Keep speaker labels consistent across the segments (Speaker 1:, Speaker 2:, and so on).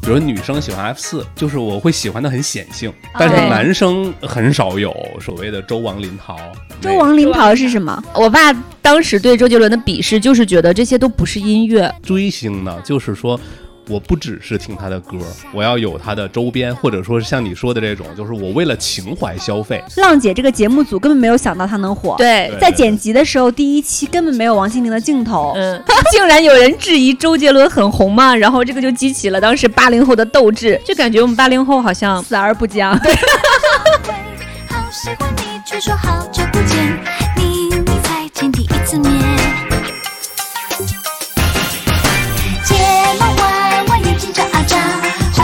Speaker 1: 比如女生喜欢 F 四，就是我会喜欢的很显性，但是
Speaker 2: 哦对
Speaker 1: 男生很少有所谓的周王林桃。
Speaker 2: 周王林桃是什么？我爸当时对周杰伦的鄙视就是觉得这些都不是音乐，
Speaker 1: 追星呢，就是说。我不只是听他的歌，我要有他的周边，或者说是像你说的这种，就是我为了情怀消费。
Speaker 3: 浪姐这个节目组根本没有想到她能火。，
Speaker 2: 对
Speaker 1: 对
Speaker 3: 在剪辑的时候，第一期根本没有王心凌的镜头。
Speaker 2: 嗯， 竟然有人质疑周杰伦很红嘛，然后这个就激起了当时八零后的斗志，就感觉我们八零后好像
Speaker 3: 死而 不僵，
Speaker 4: 好喜欢你，却说好久不见，你你才见第一次面。睫毛弯弯，眼睛眨啊眨，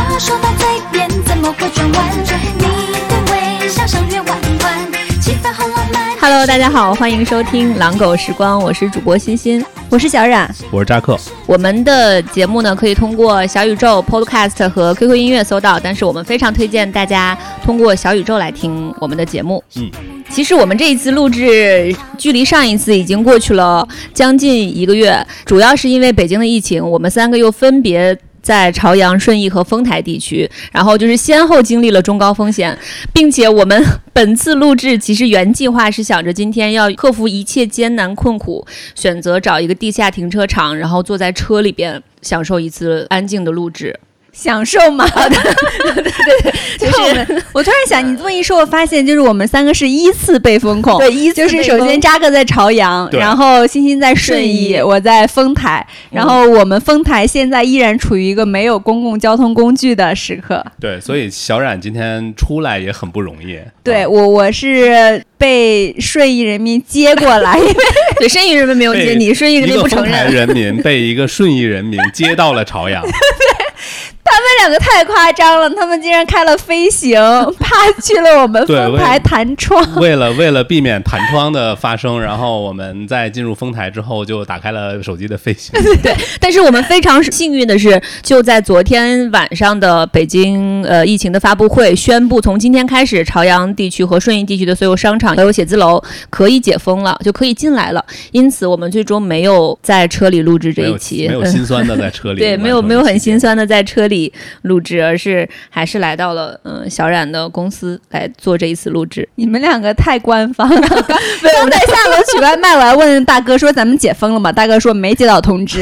Speaker 4: 话说到嘴边怎么会转弯？你的微笑像月弯弯，气氛好浪漫。
Speaker 2: Hello，大家好，欢迎收听《狼狗时光》，我是主播欣欣。
Speaker 3: 我是小冉，
Speaker 1: 我是扎克，
Speaker 2: 我们的节目呢，可以通过小宇宙、Podcast 和 QQ 音乐搜到，但是我们非常推荐大家通过小宇宙来听我们的节目。
Speaker 1: 嗯，
Speaker 2: 其实我们这一次录制，距离上一次已经过去了将近一个月，主要是因为北京的疫情，我们三个又分别。在朝阳、顺义和丰台地区，然后就是先后经历了中高风险，并且我们本次录制其实原计划是想着今天要克服一切艰难困苦，选择找一个地下停车场，然后坐在车里边享受一次安静的录制。
Speaker 3: 享受嘛。
Speaker 2: 就
Speaker 3: 就是是我突然想，你这么一说，我发现就是我们三个是依次被风控。
Speaker 2: 一
Speaker 3: 就是首先扎克在朝阳，
Speaker 1: 对
Speaker 3: 然后欣欣在顺
Speaker 2: 顺
Speaker 3: 义，嗯
Speaker 2: 义
Speaker 3: 我在丰台，然后我们丰台现在依然处于一个没有公共交通工具的时刻。
Speaker 1: 对，所以小冉今天出来也很不容易。
Speaker 3: 对
Speaker 1: 啊
Speaker 3: 我，我是被顺义人民接过 来，因为
Speaker 2: 对顺义人民没有接你，顺义人民不承
Speaker 1: 一个丰台
Speaker 2: 认。
Speaker 1: 人 民被一个顺义人民接到了朝阳，
Speaker 3: 这两个太夸张了，他们竟然开了飞 行，爬去了我们
Speaker 1: 对
Speaker 3: 丰
Speaker 1: 我也
Speaker 3: 台弹窗。
Speaker 1: 为了为了避免弹窗的发生，然后我们在进入丰台之后就打开了手机的飞行。
Speaker 2: 但是我们非常幸运的是，就在昨天晚上的北京呃疫情的发布会宣布，从今天开始，朝阳地区和顺义地区的所有商场还有写字楼可以解封了，就可以进来了。因此，我们最终没有在车里录制这
Speaker 1: 没
Speaker 2: 一
Speaker 1: 有
Speaker 2: 期，
Speaker 1: 没有
Speaker 2: 嗯
Speaker 1: 心酸的在 车里，
Speaker 2: 对，没有没有很心
Speaker 1: 酸。
Speaker 2: 酸的在车里录制，而是还是来到了嗯、小冉的公司来做这一次录 制。
Speaker 3: 你们两个太官方了。 刚才下楼取外卖，我还问大哥说：“咱们解封了吗？”大哥说：“没接到通 知，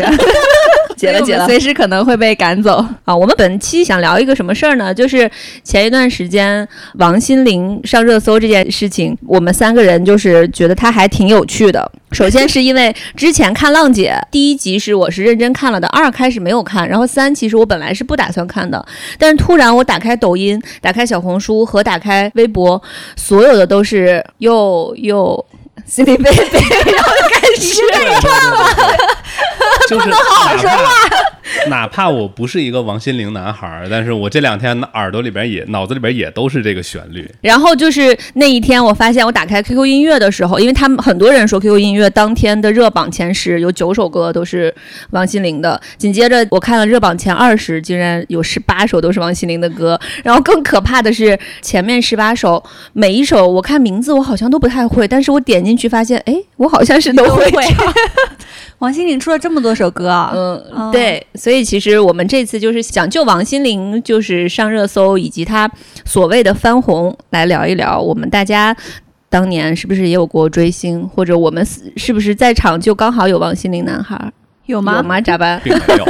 Speaker 2: 解了解了
Speaker 3: 所以我们随时可能会被赶走。
Speaker 2: 啊！我们本期想聊一个什么事儿呢？就是前一段时间王心凌上热搜这件事情，我们三个人就是觉得她还挺有趣的。首先是因为之前看《浪姐》第一集是我是认真看了的，二开始没有看，然后三其实我本来是不打算看的，但是突然我打开抖音、打开小红书和打开微博，所有的都是又又
Speaker 3: 心里被被
Speaker 1: 就是不能好好说话。 哪怕我不是一个王心凌男孩儿，但是我这两天耳朵里边也、脑子里边也都是这个旋律。
Speaker 2: 然后就是那一天，我发现我打开 QQ 音乐的时候，因为他们很多人说 QQ 音乐当天的热榜前十有九首歌都是王心凌的，紧接着我看了热榜前二十，竟然有十八首都是王心凌的歌。然后更可怕的是，前面十八首每一首我看名字我好像都不太会，但是我点进去发现，哎，我好像是都会唱。
Speaker 3: 王心凌出了这么多首歌啊，哦
Speaker 2: 嗯，对，所以其实我们这次就是想就王心凌就是上热搜以及她所谓的翻红来聊一聊，我们大家当年是不是也有过追星，或者我们是是不是在场就刚好有王心凌男孩儿？
Speaker 3: 有
Speaker 2: 有
Speaker 3: 吗？
Speaker 2: 吗？咋办？
Speaker 1: 并没有，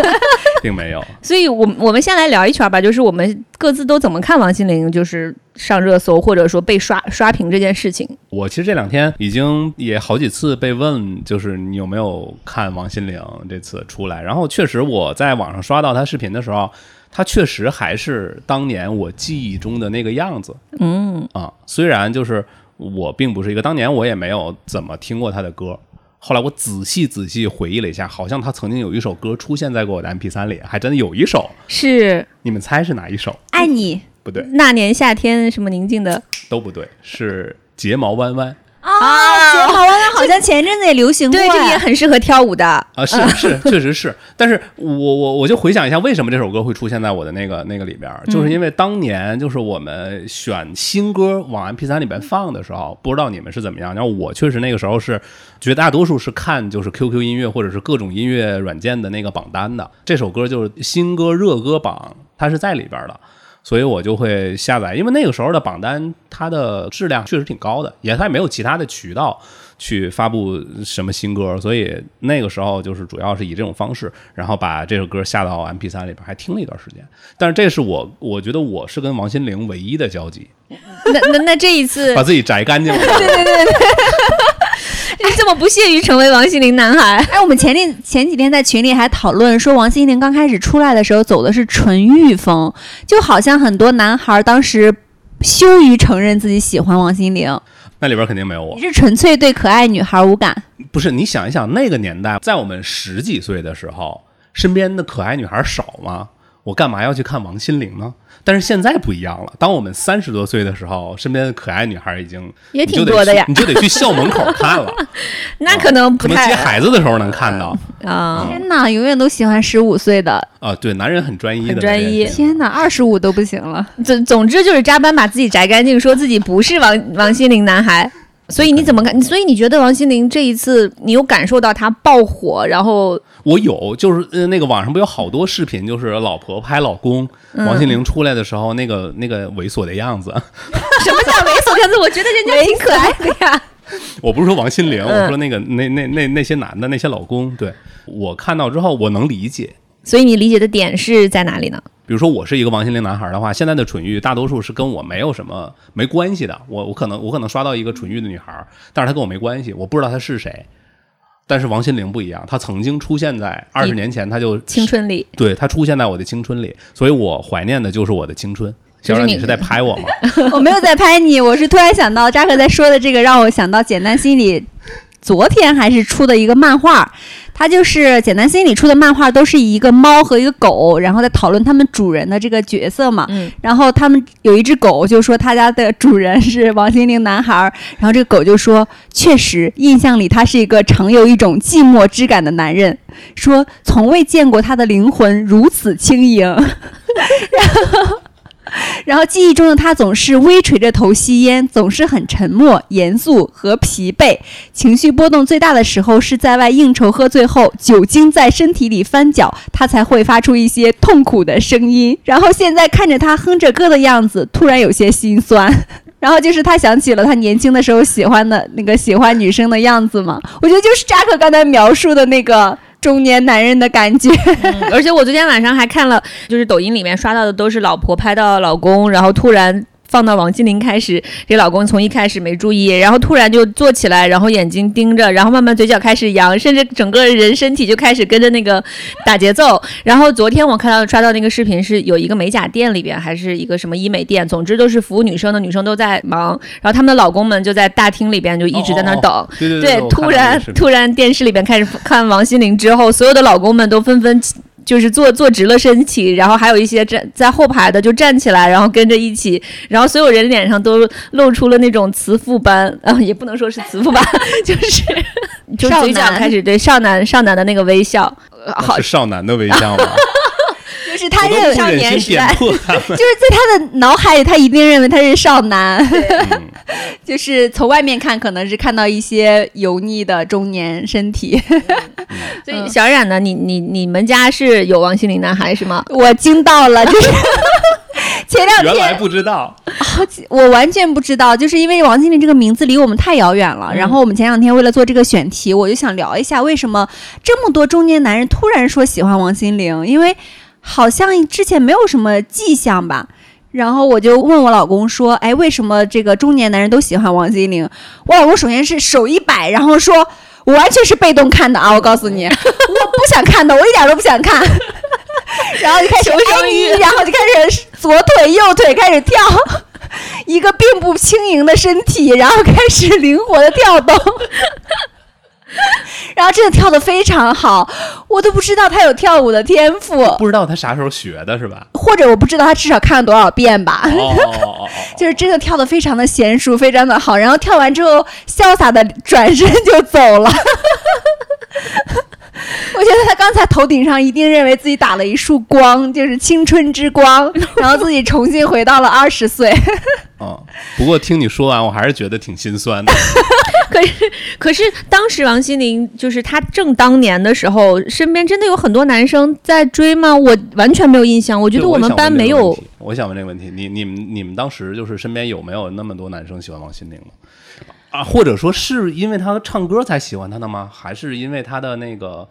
Speaker 1: 并没有。
Speaker 2: 所以我们我们先来聊一圈儿吧，就是我们各自都怎么看王心凌就是上热搜或者说被刷刷屏这件事情。
Speaker 1: 我其实这两天已经也好几次被问，就是你有没有看王心凌这次出来？然后确实我在网上刷到她视频的时候，她确实还是当年我记忆中的那个样子。嗯啊，虽然就是我并不是一个当年我也没有怎么听过她的歌。后来我仔细仔细回忆了一下，好像她曾经有一首歌出现在过我的 MP 3里，还真的有一首。
Speaker 2: 是
Speaker 1: 你们猜是哪一首？
Speaker 3: 爱你
Speaker 1: 不对，
Speaker 2: 那年夏天什么宁静的
Speaker 1: 都不对，是睫毛弯弯
Speaker 2: 哎
Speaker 3: 啊，睫毛弯弯好像前阵子也流行过
Speaker 2: 对，
Speaker 3: 哎，
Speaker 2: 这个也很适合跳舞的。
Speaker 1: 啊，是是，确实是。但是我我我就回想一下，为什么这首歌会出现在我的那个那个里边儿，就是因为当年就是我们选新歌往 M P 3里边放的时候，不知道你们是怎么样。然后我确实那个时候是绝大多数是看就是 Q Q 音乐或者是各种音乐软件的那个榜单的。这首歌就是新歌热歌榜。它是在里边的。所以我就会下载，因为那个时候的榜单，它的质量确实挺高的，也它也没有其他的渠道去发布什么新歌，所以那个时候就是主要是以这种方式，然后把这首歌下到 M P 3里边，还听了一段时间。但是这是我，我觉得我是跟王心凌唯一的交集，
Speaker 2: 那那那这一次
Speaker 1: 把自己摘干净了。
Speaker 2: 你这么不屑于成为王心凌男孩，
Speaker 3: 哎，我们前天前几天在群里还讨论说，王心凌刚开始出来的时候走的是纯欲风，就好像很多男孩当时羞于承认自己喜欢王心凌，
Speaker 1: 那里边肯定没有我
Speaker 3: 你。是纯粹对可爱女孩无感。
Speaker 1: 不是，你想一想，那个年代，在我们十几岁的时候，身边的可爱女孩少吗？我干嘛要去看王心凌呢？但是现在不一样了，当我们三十多岁的时候，身边的可爱女孩已经
Speaker 2: 也挺
Speaker 1: 你就得
Speaker 2: 多的呀
Speaker 1: 去你就得去校门口看 了，
Speaker 2: 那可能不
Speaker 1: 可能
Speaker 2: 太
Speaker 1: 接孩子的时候能看到。
Speaker 2: 啊。
Speaker 3: 天哪，永远都喜欢十五岁的，
Speaker 1: 啊，对，男人很专一的，
Speaker 2: 很专一
Speaker 1: 这件事情
Speaker 3: 天哪，二十五都不行了。
Speaker 2: 总总之就是扎班把自己摘干净，说自己不是王王心凌男孩。所以你怎么看？所以你觉得王心凌这一次，你有感受到她爆火，然后
Speaker 1: 我有，就是呃，那个网上不有好多视频，就是老婆拍老公，
Speaker 2: 嗯
Speaker 1: 王心凌出来的时候，那个那个猥琐的样子。
Speaker 2: 什么叫猥琐样子？我觉得人家挺可爱的呀。
Speaker 1: 我不是说王心凌，
Speaker 2: 嗯
Speaker 1: 我说那个那那那那些男的那些老公，对我看到之后我能理解。
Speaker 2: 所以你理解的点是在哪里呢？
Speaker 1: 比如说我是一个王心凌男孩的话，现在的蠢欲大多数是跟我没有什么没关系的。我我可能我可能刷到一个蠢欲的女孩，但是她跟我没关系，我不知道她是谁。但是王心凌不一样，她曾经出现在二十年前，她就
Speaker 2: 青春里，
Speaker 1: 对她出现在我的青春里，所以我怀念的就是我的青春。小
Speaker 2: 就是
Speaker 1: 冉，
Speaker 2: 你
Speaker 1: 你是在拍 我吗？
Speaker 3: 我没有在拍你，我是突然想到扎克在说的这个，让我想到《简单心理》昨天还是出的一个漫画，它就是《简单心理》出的漫画，都是以一个猫和一个狗，然后在讨论他们主人的这个角色嘛。
Speaker 2: 嗯，
Speaker 3: 然后他们有一只狗，就说他家的主人是王心凌男孩儿，然后这个狗就说，确实印象里他是一个常有一种寂寞之感的男人，说从未见过他的灵魂如此轻盈，然后。然后记忆中的他总是微垂着头吸烟，总是很沉默、严肃和疲惫。情绪波动最大的时候是在外应酬喝醉后，酒精在身体里翻搅，他才会发出一些痛苦的声音。 然后现在看着他哼着歌的样子，突然有些心酸。然后就是他想起了他年轻的时候喜欢的那个喜欢女生的样子嘛， 我觉得就是扎克刚才描述的那个中年男人的感觉。
Speaker 2: 而且我昨天晚上还看了，就是抖音里面刷到的都是老婆拍到老公，然后突然放到王心凌开始，这老公从一开始没注意，然后突然就坐起来，然后眼睛盯着，然后慢慢嘴角开始扬，甚至整个人身体就开始跟着那个打节奏。然后昨天我看到刷到那个视频是有一个美甲店里边还是一个什么医美店，总之都是服务女生的，女生都在忙，然后她们的老公们就在大厅里边就一直在那儿等。
Speaker 1: 哦哦哦对对
Speaker 2: 对
Speaker 1: 对，我，看
Speaker 2: 突
Speaker 1: 到这个
Speaker 2: 然
Speaker 1: 视频
Speaker 2: 突然电视里边开始看王心凌之后，所有的老公们都纷纷就是坐坐直了身体，然后还有一些站在后排的就站起来，然后跟着一起，然后所有人脸上都露出了那种慈父般，啊、也不能说是慈父吧，就是就
Speaker 3: 少
Speaker 2: 嘴角
Speaker 3: 男
Speaker 2: 开始对少男少男的那个微笑，呃好
Speaker 1: 是少男的微笑 吗？
Speaker 3: 就是
Speaker 1: 我
Speaker 3: 他
Speaker 1: 都
Speaker 3: 认为
Speaker 1: 不
Speaker 3: 少
Speaker 1: 忍
Speaker 3: 年时
Speaker 1: 心点
Speaker 3: 代，
Speaker 1: 破他们。
Speaker 3: 就是在他的脑海里，他一定认为他是少男。 就是从外面看，可能是看到一些油腻的中年身体。
Speaker 2: 所以小冉呢，你你你们家是有王心凌男孩是吗？
Speaker 3: 我惊到了，就是 前两
Speaker 1: 原来
Speaker 3: 天
Speaker 1: 不知 道，
Speaker 3: 我完全不知道，就是因为王心凌这个名字离我们太遥远了。然后我们前两天为了做这个选题，我就想聊一下为什么这么多中年男人突然说喜欢王心凌，因为好像之前没有什么迹象吧。然后我就问我老公说：“哎，为什么这个中年男人都喜欢王心凌？”我老公首先是手一摆，然后说：“我完全是被动看的啊！我告诉你，我不想看的，我一点都不想看。”然后就开始哎你，然后就开始左腿右腿开始跳， 一个并不轻盈的身体，然后开始灵活的跳动。然后真的跳得非常好，我都不知道他有跳舞的天赋，
Speaker 1: 不知道他啥时候学的是吧？
Speaker 3: 或者我不知道他至少看了多少遍吧。
Speaker 1: 哦哦哦哦哦，
Speaker 3: 就是真的跳得非常的娴熟，非常的好，然后跳完之后潇洒的转身就走了。 我觉得他刚才头顶上一定认为自己打了一束光，就是青春之光，然后自己重新回到了二十岁。
Speaker 1: 嗯，不过听你说完，我还是觉得挺心酸的。
Speaker 2: 可是，可是当时王心凌就是她正当年的时候，身边真的有很多男生在追吗？我完全没有印象。我觉
Speaker 1: 对
Speaker 2: 得
Speaker 1: 我
Speaker 2: 们
Speaker 1: 想
Speaker 2: 班
Speaker 1: 问这
Speaker 2: 没
Speaker 1: 个问
Speaker 2: 有
Speaker 1: 题。我想问这个问题，你你们你们当时就是身边有没有那么多男生喜欢王心凌吗？啊，或者说是因为她唱歌才喜欢她的吗？还是因为她的那个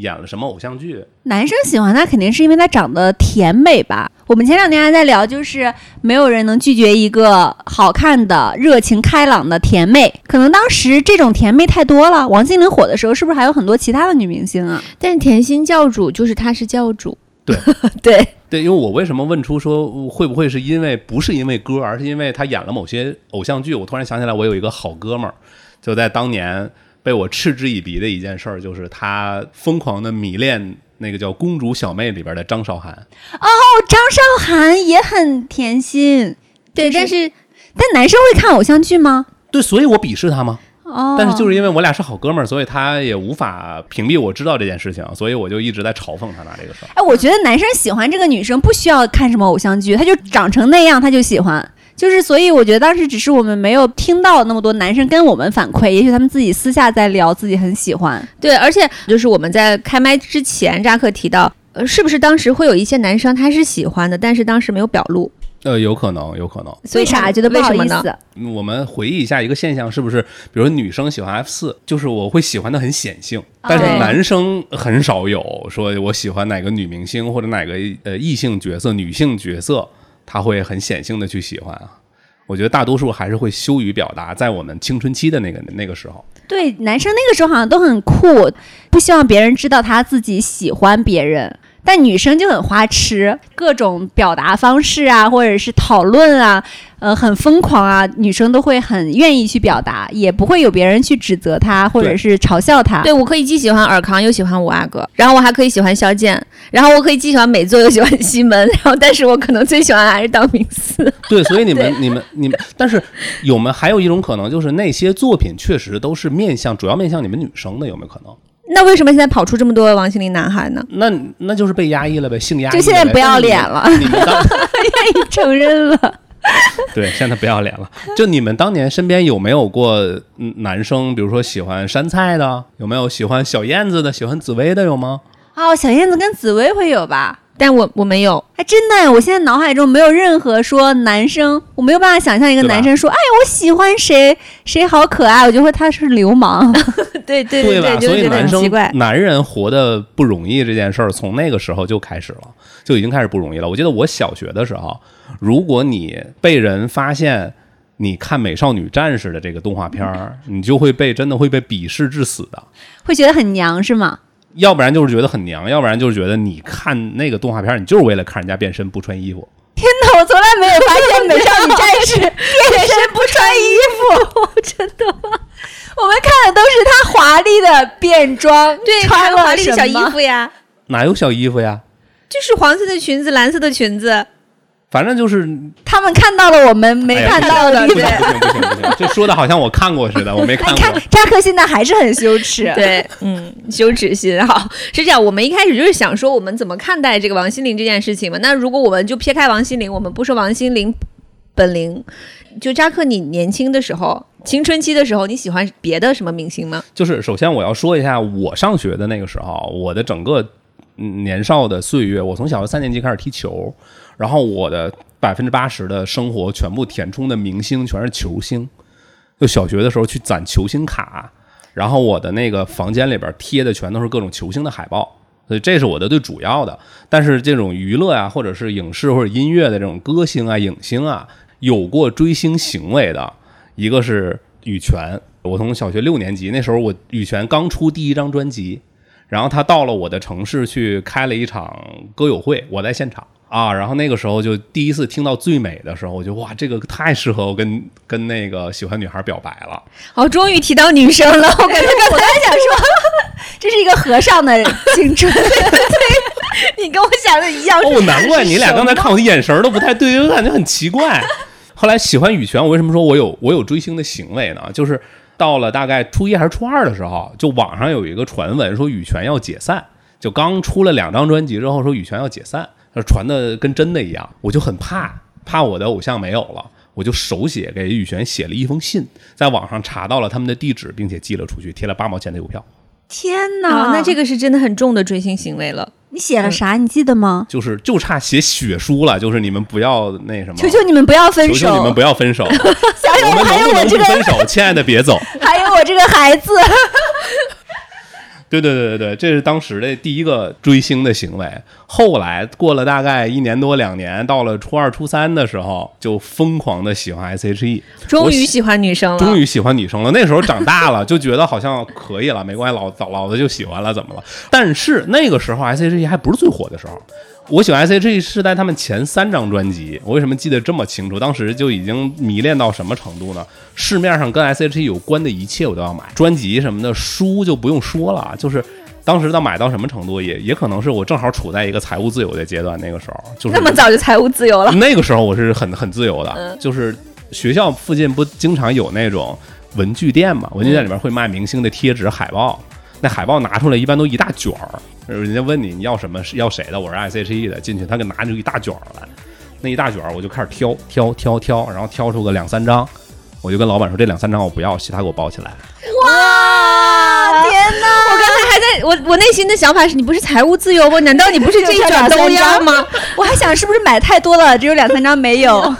Speaker 1: 演了什么偶像剧？
Speaker 3: 男生喜欢她肯定是因为她长得甜美吧。我们前两天还在聊，就是没有人能拒绝一个好看的、热情开朗的甜妹。可能当时这种甜妹太多了。王心凌火的时候，是不是还有很多其他的女明星啊？
Speaker 2: 但是甜心教主就是她是教主，
Speaker 1: 对
Speaker 2: 对，
Speaker 3: 哦
Speaker 1: 对，因为我为什么问出说会不会是因为不是因为歌，而是因为她演了某些偶像剧？我突然想起来，我有一个好哥们儿，就在当年被我嗤之以鼻的一件事儿，就是他疯狂的迷恋那个叫《公主小妹》里边的张韶涵。
Speaker 3: 哦，张韶涵也很甜心。
Speaker 2: 对，
Speaker 3: 就是
Speaker 2: 但是
Speaker 3: 但男生会看偶像剧吗？
Speaker 1: 对，所以我鄙视她吗？
Speaker 3: 哦，
Speaker 1: 但是就是因为我俩是好哥们儿，所以他也无法屏蔽我知道这件事情，所以我就一直在嘲讽他拿这个事儿。
Speaker 3: 哎，我觉得男生喜欢这个女生不需要看什么偶像剧，她就长成那样，他就喜欢。就是，所以我觉得当时只是我们没有听到那么多男生跟我们反馈，也许他们自己私下在聊，自己很喜欢。
Speaker 2: 对，而且就是我们在开麦之前，扎克提到，呃，是不是当时会有一些男生他是喜欢的，但是当时没有表露，
Speaker 1: 呃，有可能，有可能。
Speaker 2: 所以
Speaker 3: 为啥
Speaker 2: 他
Speaker 3: 觉得不
Speaker 2: 为
Speaker 3: 好
Speaker 2: 什么
Speaker 3: 意
Speaker 2: 呢？
Speaker 3: 思？
Speaker 1: 嗯我们回忆一下一个现象，是不是？比如女生喜欢 F 四，就是我会喜欢的很显
Speaker 3: 哦
Speaker 1: 性，但是
Speaker 2: 对
Speaker 1: 男生很少有说我喜欢哪个女明星或者哪个呃异性角色、女性角色，他会很显性的去喜欢啊。我觉得大多数还是会羞于表达，在我们青春期的那个那个时候。
Speaker 3: 对，男生那个时候好像都很酷，不希望别人知道他自己喜欢别人。但女生就很花痴，各种表达方式啊，或者是讨论啊，呃，很疯狂啊，女生都会很愿意去表达，也不会有别人去指责她或者
Speaker 1: 对
Speaker 3: 是嘲笑她。
Speaker 2: 对，我可以既喜欢尔康，又喜欢五阿哥，然后我还可以喜欢肖剑，然后我可以既喜欢美作，又喜欢西门，然后但是我可能最喜欢还是道明寺。
Speaker 1: 对，所以你们、你们、你们，但是有没有还有一种可能，就是那些作品确实都是面向主要面向你们女生的，有没有可能？
Speaker 2: 那为什么现在跑出这么多王心凌男孩呢？
Speaker 1: 那那就是被压抑了呗，性压抑了呗。
Speaker 3: 就现在不要脸
Speaker 1: 但是你们。你们当
Speaker 3: 愿意承认了。
Speaker 1: 对现在不要脸了。就你们当年身边有没有过嗯男生，比如说喜欢山菜的，有没有喜欢小燕子的，喜欢紫薇的有吗？
Speaker 3: 哦，小燕子跟紫薇会有吧？
Speaker 2: 但我我没有，
Speaker 3: 哎，真的，我现在脑海中没有任何说男生，我没有办法想象一个
Speaker 1: 对吧
Speaker 3: 男生说：“哎，我喜欢谁，谁好可爱。”我就会他是流氓。
Speaker 2: 对对
Speaker 1: 吧？
Speaker 2: 就
Speaker 1: 所
Speaker 2: 是
Speaker 1: 以
Speaker 2: 觉得
Speaker 1: 男
Speaker 2: 很
Speaker 1: 生
Speaker 2: 奇怪。
Speaker 1: 男人活得不容易这件事儿，从那个时候就开始了，就已经开始不容易了。我记得我小学的时候，如果你被人发现你看《美少女战士》的这个动画片儿，你就会被真的会被鄙视致死的。
Speaker 3: 会觉得很娘是吗？
Speaker 1: 要不然就是觉得很娘，要不然就是觉得你看那个动画片儿，你就是为了看人家变身不穿衣服。
Speaker 3: 天哪，我从来没有发现《美少女战士》 变身不穿衣服， 真的吗？我们看的都是她华丽的变装，
Speaker 2: 对，
Speaker 3: 穿
Speaker 2: 了
Speaker 3: 了
Speaker 2: 华丽的
Speaker 3: 什
Speaker 2: 小衣
Speaker 3: 么
Speaker 2: 服呀，
Speaker 1: 哪有小衣服呀？
Speaker 2: 就是黄色的裙子，蓝色的裙子。
Speaker 1: 反正就是
Speaker 3: 他们看到了我们没
Speaker 1: 哎呀
Speaker 3: 看到的
Speaker 1: 不
Speaker 3: 地
Speaker 1: 行
Speaker 3: 方。
Speaker 1: 不行不行不行不行，这说的好像我看过似的，我 没看
Speaker 3: 看
Speaker 1: 过。
Speaker 3: 扎克现在还是很羞耻。
Speaker 2: 对，嗯，羞耻心好 是这样。我们一开始就是想说，我们怎么看待这个王心凌这件事情嘛？那如果我们就撇开王心凌，我们不说王心凌本灵，就扎克，你年轻的时候，青春期的时候，你喜欢别的什么明星吗？
Speaker 1: 就是首先我要说一下，我上学的那个时候，我的整个嗯年少的岁月，我从小学三年级开始踢球，然后我的百分之八十的生活全部填充的明星全是球星，就小学的时候去攒球星卡，然后我的那个房间里边贴的全都是各种球星的海报。所以这是我的最主要的，但是这种娱乐啊，或者是影视或者音乐的这种歌星啊、影星啊，有过追星行为的，一个是羽泉，我从小学六年级那时候，我羽泉刚出第一张专辑，然后他到了我的城市去开了一场歌友会，我在现场啊，然后那个时候就第一次听到《最美》的时候，我就哇，这个太适合我跟跟那个喜欢女孩表白了。
Speaker 2: 哦，终于提到女生 了，我感觉
Speaker 3: 我刚才想说，这是一个和尚的青 春。
Speaker 2: 你跟我想的一样。
Speaker 1: 哦，难怪你俩刚才看我的眼神儿都不太对，因为我感觉很奇怪。后来喜欢羽泉，我为什么说我有我有追星的行为呢？就是到了大概初一还是初二的时候，就网上有一个传闻说羽泉要解散，就刚出了两张专辑之后说羽泉要解散，传的跟真的一样，我就很怕，怕我的偶像没有了。我就手写给羽泉写了一封信，在网上查到了他们的地址，并且寄了出去，贴了八毛钱的邮票。
Speaker 3: 天
Speaker 2: 啊
Speaker 3: 哪，，
Speaker 2: 那这
Speaker 3: 个
Speaker 2: 个是真的很重的追星行为了。
Speaker 3: 你写了啥？你记得吗？
Speaker 1: 就是就差写血书了，就是你们不要那什么，
Speaker 3: 求求你们不要分
Speaker 1: 求
Speaker 3: 手，
Speaker 1: 求你们不要分手， 我
Speaker 3: 想想我
Speaker 1: 们
Speaker 3: 还有
Speaker 1: 能不
Speaker 3: 我
Speaker 1: 能
Speaker 3: 这
Speaker 1: 不
Speaker 3: 个，
Speaker 1: 分手？啊亲爱的，别走。
Speaker 3: 还有我这个孩子，
Speaker 1: 对对对对对，这是当时的第一个追星的行为。后来过了大概一年多两年，到了初二初三的时候，就疯狂的喜欢 S.H.E，
Speaker 2: 终
Speaker 1: 我
Speaker 2: 于
Speaker 1: 喜
Speaker 2: 喜欢女生了，
Speaker 1: 终于喜欢女生了。那时候长大了， 就觉得好像可以了，没关系，老老老子就喜欢了，怎么了？但是那个时候 S.H.E 还不是最火的时候。我喜欢 S.H.E 是在他们前三张专辑，我为什么记得这么清楚？当时就已经迷恋到什么程度呢？市面上跟 S.H.E 有关的一切我都要买，专辑什么的书就不用说了，就是。当时到买到什么程度也，也可能是我正好处在一个财务自由的阶段，那个时候就是
Speaker 2: 那么早就财务自由了。
Speaker 1: 那个时候我是很很自由的，就是学校附近不经常有那种文具店嘛，文具店里面会卖明星的贴纸、海报。那海报拿出来一般都一大卷儿，人家问你你要什么是要谁的，我是 S H E 的，进去他给拿出一大卷儿来，那一大卷儿我就开始挑挑挑挑，然后挑出个两三张，我就跟老板说这两三张我不要，其他给我包起来。
Speaker 3: 啊
Speaker 2: 哇！天哪！我刚才还在我我内心的想法是你不是财务自由吗？难道你不是这一卷都要吗？？
Speaker 3: 我还想是不是买太多了，只有两三张 没有。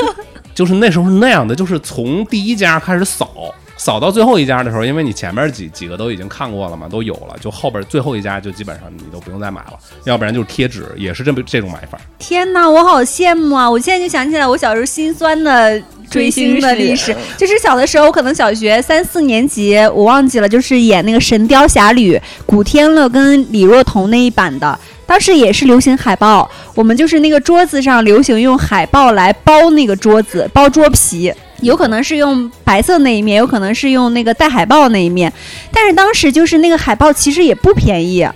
Speaker 1: 就是那时候是那样的，就是从第一家开始扫，扫到最后一家的时候，因为你前面几几个都已经看过了嘛，都有了，就后边最后一家就基本上你都不用再买了，要不然就是贴纸，也是这么这种买法。
Speaker 3: 天哪，我好羡慕啊！我现在就想起来我小时候心酸的追星的历史
Speaker 2: 追星，
Speaker 3: 就是小的时候，我可能小学三四年级，我忘记了，就是演那个《神雕侠侣》，古天乐跟李若彤那一版的。当时也是流行海报，我们就是那个桌子上流行用海报来包那个桌子，包桌皮，有可能是用白色那一面，有可能是用那个带海报那一面。但是当时就是那个海报其实也不便宜，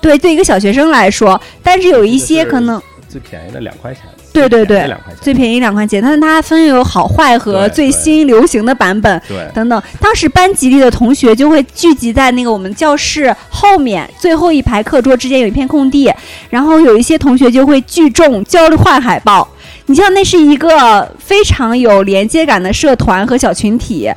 Speaker 3: 对，对一个小学生来说，但是有一些可能
Speaker 1: 最便宜的两块钱，
Speaker 3: 对对
Speaker 1: 最便
Speaker 3: 对
Speaker 1: 宜的两块钱，
Speaker 3: 最便宜两块钱，但是它分有好坏和
Speaker 1: 对
Speaker 3: 最
Speaker 1: 对
Speaker 3: 新流行的版本
Speaker 1: 对。
Speaker 3: 等等。当时班级里的同学就会聚集在那个我们教室后面最后一排课桌之间有一片空地，然后有一些同学就会聚众交换海报。你像那是一个非常有连接感的社团和小群体，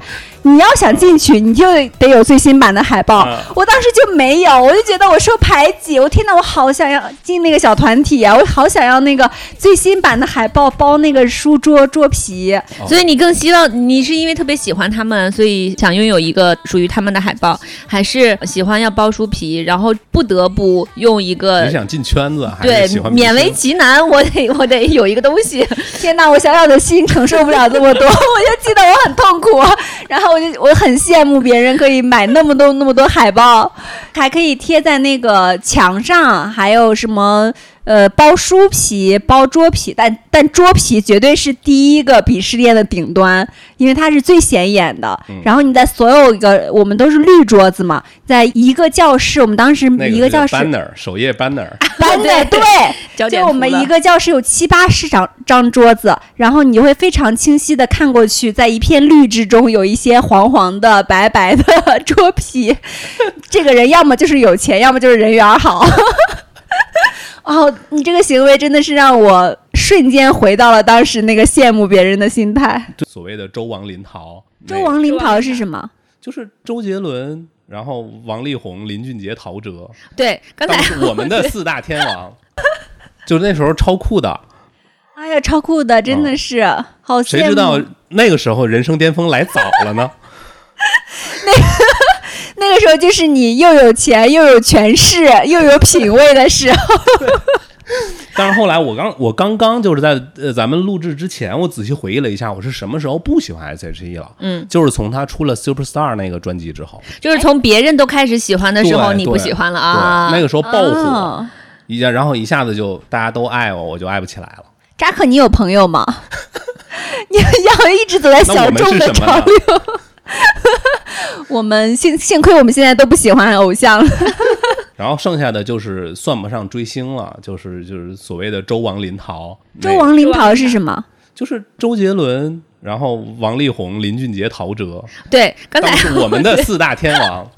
Speaker 3: 你要想进去，你就得有最新版的海报。
Speaker 1: 嗯
Speaker 3: 我当时就没有，我就觉得我受排挤，我天呐，我好想要进那个小团体啊，我好想要那个最新版的海报，包那个书桌桌皮。
Speaker 2: 所以你更希望你是因为特别喜欢他们，所以想拥有一个属于他们的海报，还是喜欢要包书皮，然后不得不用一
Speaker 3: 呃
Speaker 1: 你
Speaker 2: 个
Speaker 1: 想进圈子，还
Speaker 2: 对
Speaker 1: 是喜欢明
Speaker 2: 勉
Speaker 1: 星
Speaker 2: 为其难，我得我得有一个东西。
Speaker 3: 天呐，我小小的心承受不了这么多，我就记得我很痛苦，然后我就我很羡慕别人可以买那么多那么多海报，还可以贴在那个墙上，还有什么呃包书皮、包桌皮，但但桌皮绝对是第一个鄙视链的顶端，因为它是最显眼的。然后你在所有一个我们都是绿桌子嘛，在一个教室，我们当时
Speaker 1: 那
Speaker 3: 一个
Speaker 1: 是
Speaker 3: 教室
Speaker 1: banner 首页 banner，
Speaker 3: 班的对。
Speaker 2: 焦点
Speaker 3: 就我们
Speaker 2: 服了
Speaker 3: 一个教室有七八十张张桌子，然后你就会非常清晰的看过去，在一片绿之中有一些黄黄的、白白的桌皮。 这个人要么就是有钱，要么就是人缘儿好。哦，你这个行为真的是让我瞬间回到了当时那个羡慕别人的心态。
Speaker 1: 对所谓的周王林桃，
Speaker 3: 周王
Speaker 2: 林
Speaker 3: 林
Speaker 2: 桃
Speaker 3: 桃
Speaker 2: 是
Speaker 3: 是什么？
Speaker 1: 就是周杰伦，然后王力宏、林俊杰、陶喆，
Speaker 2: 对，
Speaker 3: 哎
Speaker 2: 刚才
Speaker 1: 当时我们的四大天王，就那时候超酷的，
Speaker 3: 哎呀，超酷的，真的是、好羡慕。
Speaker 1: 谁知道那个时候人生巅峰来早了 呢？
Speaker 3: 那个时候就是你又有钱又有权势又有品味的时候。
Speaker 1: 但是后来我刚我刚刚就是在呃咱们录制之前，我仔细回忆了一下，我是什么时候不喜欢 S.H.E E 了？
Speaker 2: 嗯，
Speaker 1: 就是从他出了 Superstar 那个专辑之后，
Speaker 2: 就是从别人都开始喜欢的时候，
Speaker 1: 对
Speaker 2: 你不
Speaker 1: 对
Speaker 2: 喜欢了啊？
Speaker 1: 对那个时候爆火，
Speaker 3: 哦
Speaker 1: 一下然后一下子就大家都爱我，我就爱不起来了。
Speaker 3: 扎克，你有朋友吗？ 你要一直走在小众的潮流。我们幸幸亏我们现在都不喜欢偶像了。
Speaker 1: 然后剩下的就是算不上追星了，就是就是所谓的周王林桃，
Speaker 3: 周
Speaker 1: 那
Speaker 3: 王林桃是什么？
Speaker 1: 就是周杰伦，然后王力宏、林俊杰、陶喆，
Speaker 2: 对，刚
Speaker 1: 当
Speaker 2: 才
Speaker 1: 时我们的四大天王。
Speaker 2: 呃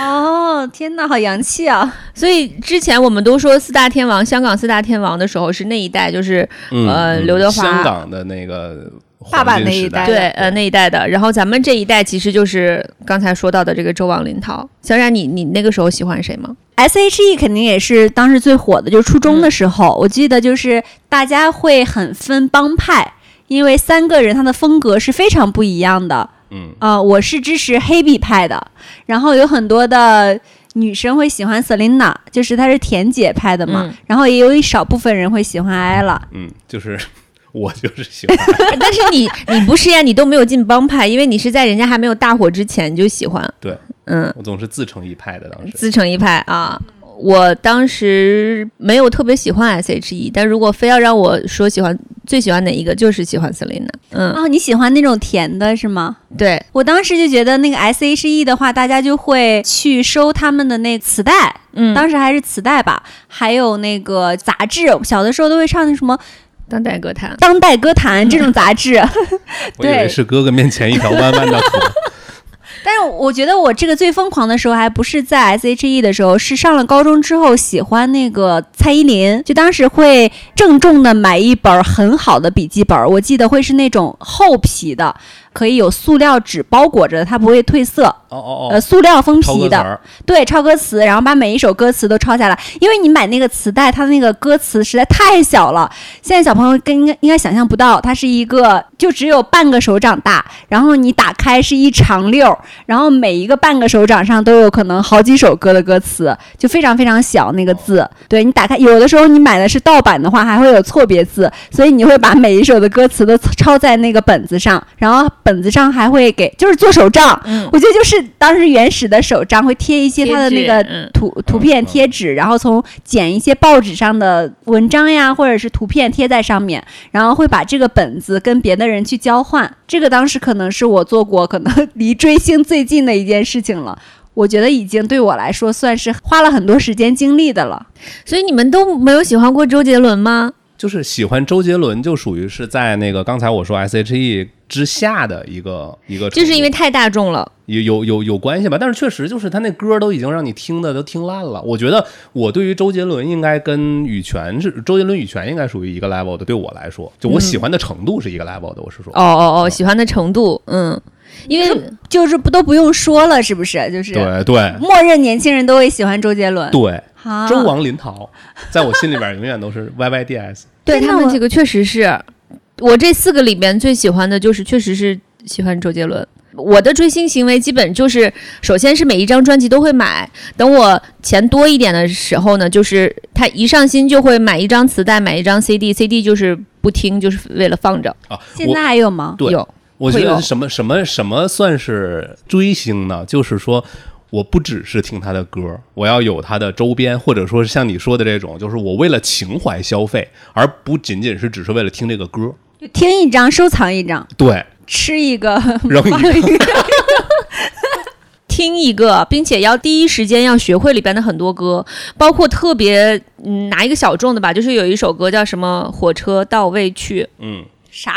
Speaker 3: 哦，天哪，好洋气啊！
Speaker 2: 所以之前我们都说四大天王，香港四大天王的时候是那一代，就是
Speaker 1: 嗯
Speaker 2: 呃
Speaker 1: 嗯
Speaker 2: 刘德华
Speaker 1: 香港的那个
Speaker 3: 爸爸
Speaker 1: 黄金
Speaker 3: 那
Speaker 1: 时
Speaker 3: 一代
Speaker 2: 对，呃，那一代的。然后咱们这一代其实就是刚才说到的这个周王林涛。小冉，你你那个时候喜欢谁吗？
Speaker 3: S.H.E E 肯定也是当时最火的，就是初
Speaker 2: 嗯
Speaker 3: 中的时候，我记得就是大家会很分帮派，因为三个人他的风格是非常不一样的。
Speaker 1: 嗯，
Speaker 3: 呃，我是支持黑 B 派的，然后有很多的女生会喜欢 Selina，就是她是甜姐派的嘛，
Speaker 2: 嗯
Speaker 3: 然后也有一少部分人会喜欢 Ella。
Speaker 1: 嗯，就是 我就是喜欢
Speaker 2: 但是你你不是呀，你都没有进帮派，因为你是在人家还没有大火之前你就喜欢。
Speaker 1: 对，
Speaker 2: 嗯，
Speaker 1: 我总是自成一派的，当时
Speaker 2: 自成一派啊。我当时没有特别喜欢 S.H.E，但如果非要让我说喜欢最喜欢哪一个，就是喜欢 Selina。嗯，
Speaker 3: 哦，你喜欢那种甜的是吗？
Speaker 2: 对，
Speaker 3: 我当时就觉得那个 S.H.E 的话，大家就会去收他们的那磁带，
Speaker 2: 嗯，
Speaker 3: 当时还是磁带吧，还有那个杂志，小的时候都会上那什么《
Speaker 2: 当代歌坛，
Speaker 3: 当代歌坛》这种杂志。
Speaker 1: 我以为
Speaker 3: 对
Speaker 1: 是哥哥面前一条弯弯的 河。
Speaker 3: 但是我觉得我这个最疯狂的时候，还不是在 S.H.E 的时候，是上了高中之后喜欢那个蔡依林，就当时会郑重的买一本很好的笔记本，我记得会是那种厚皮的，可以有塑料纸包裹着的，它不会褪色，
Speaker 1: 哦哦
Speaker 3: 呃，
Speaker 1: 哦，
Speaker 3: 塑料封
Speaker 1: 超
Speaker 3: 皮
Speaker 1: 哥词
Speaker 3: 的。
Speaker 1: 儿，
Speaker 3: 对，抄歌词，然后把每一首歌词都抄下来，因为你买那个磁带，它的那个歌词实在太小了，现在小朋友跟应该应该想象不到，它是一个就只有半个手掌大，然后你打开是一长溜儿，然后每一个半个手掌上都有可能好几首歌的歌词，就非常非常小那个字。对你打开，有的时候你买的是盗版的话，还会有错别字，所以你会把每一首的歌词都抄在那个本子上，然后本子上还会给就是做手账，
Speaker 2: 嗯，
Speaker 3: 我觉得就是当时原始的手账会贴一些它的那
Speaker 2: 贴纸
Speaker 3: 个
Speaker 2: 嗯
Speaker 3: 图图片贴纸，然后从剪一些报纸上的文章呀，或者是图片贴在上面，然后会把这个本子跟别的人去交换。这个当时可能是我做过可能 离追星最近的一件事情了。我觉得已经对我来说算是花了很多时间精力的了。
Speaker 2: 所以你们都没有喜欢过周杰伦吗？
Speaker 1: 就是喜欢周杰伦，就属于是在那个刚才我说 S.H.E 之下的一个一个程度，
Speaker 2: 就是因为太大众了，
Speaker 1: 有有有有关系吧，但是确实就是他那歌都已经让你听的都听烂了。我觉得我对于周杰伦应该跟羽泉是周杰伦羽泉应该属于一个 level 的，对我来说，就我喜欢的程度是一个 level 的，我是说。
Speaker 3: 嗯
Speaker 2: 哦哦哦，喜欢的程度，嗯，因为
Speaker 3: 就是不都不用说了，是不是？就是
Speaker 1: 对对
Speaker 3: 默认年轻人都会喜欢周杰伦。
Speaker 1: 对，
Speaker 3: 啊
Speaker 1: 周王林涛在我心里边永远都是 Y Y D S。
Speaker 2: 对
Speaker 3: 那
Speaker 2: 他们
Speaker 3: 我
Speaker 2: 几个确实是我这四个里边最喜欢的，就是确实是喜欢周杰伦。我的追星行为基本就是，首先是每一张专辑都会买，等我钱多一点的时候呢，就是他一上新就会买一张磁带，买一张 CD，CD 就是不听，就是为了放着。
Speaker 1: 啊，
Speaker 3: 现
Speaker 1: 我
Speaker 3: 在还有吗？
Speaker 1: 对
Speaker 2: 有
Speaker 1: 我觉
Speaker 2: 会有
Speaker 1: 得什么什么什么算是追星呢？就是说，我不只是听他的歌，我要有他的周边，或者说是像你说的这种，就是我为了情怀消费，而不仅仅是只是为了听这个歌。
Speaker 3: 就听一张，收藏一张。
Speaker 1: 对，
Speaker 3: 吃一个，
Speaker 1: 扔一个
Speaker 3: 放一个，
Speaker 2: 听一个，并且要第一时间要学会里边的很多歌，包括特别嗯拿一个小众的吧，就是有一首歌叫什么《火车到未去》，
Speaker 1: 嗯，
Speaker 3: 啥？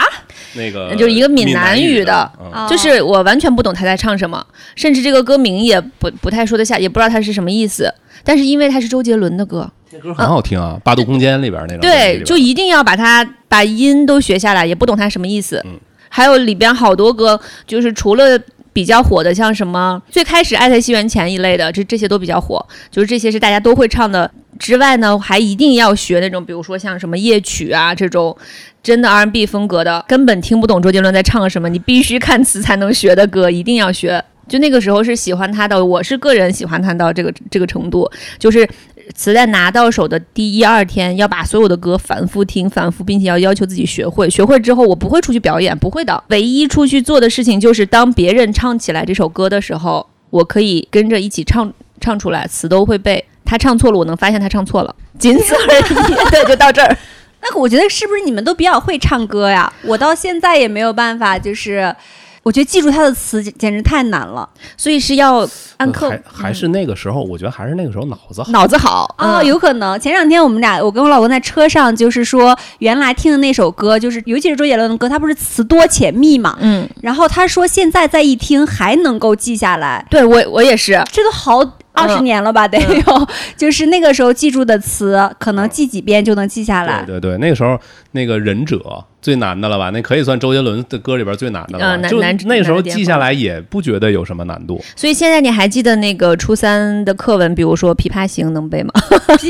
Speaker 1: 那个
Speaker 2: 就是一个闽
Speaker 1: 南
Speaker 2: 南语的
Speaker 1: 嗯
Speaker 3: 啊
Speaker 2: 就是我完全不懂他在唱什么，甚至这个歌名也不不太说得下，也不知道它是什么意思。但是因为它是周杰伦的歌，
Speaker 1: 那歌很好听啊，《八度空间》里边那种。
Speaker 2: 对，就一定要把它把音都学下来，也不懂它什么意思。
Speaker 1: 嗯
Speaker 2: 还有里边好多歌，就是除了。比较火的，像什么最开始《爱在西元前》一类的，这这些都比较火，就是这些是大家都会唱的。之外呢，还一定要学那种，比如说像什么夜曲啊这种，真的 R&B 风格的，根本听不懂周杰伦在唱什么，你必须看词才能学的歌，一定要学。就那个时候是喜欢他的，我是个人喜欢他到这个这个程度，就是磁带拿到手的第一二天，要把所有的歌反复听、反复，并且要要求自己学会。学会之后，我不会出去表演，不会的。唯一出去做的事情就是，当别人唱起来这首歌的时候，我可以跟着一起唱唱出来，词都会背。他唱错了，我能发现他唱错了，仅此而已。对，就到这儿。
Speaker 3: 那我觉得是不是你们都比较会唱歌呀？我到现在也没有办法，就是我觉得记住他的词简简直太难了。
Speaker 2: 所以是要按刻
Speaker 1: 呃还还是那个时候，我觉得还是那个时候脑子好。
Speaker 2: 脑子好
Speaker 1: 啊
Speaker 2: 嗯
Speaker 3: 哦，有可能。前两天我们俩，我跟我老公在车上，就是说原来听的那首歌，就是尤其是周杰伦的歌，他不是词多且密嘛。
Speaker 2: 嗯，
Speaker 3: 然后他说现在再一听还能够记下来，
Speaker 2: 对我我也是，
Speaker 1: 嗯
Speaker 3: 这都好二十年了吧，得有， 就是那个时候记住的词，可能记几遍就能记下
Speaker 2: 嗯
Speaker 3: 来。
Speaker 1: 嗯对对对，那个时候那个忍者最难的了吧？那可以算周杰伦的歌里边最难的了
Speaker 2: 啊
Speaker 1: 吧。
Speaker 2: 难
Speaker 1: 就
Speaker 2: 难
Speaker 1: 那时候
Speaker 2: 难点
Speaker 1: 记下来也不觉得有什么难度。
Speaker 2: 所以现在你还记得那个初三的课文，比如说《琵琶行》能背吗？
Speaker 3: 琵琶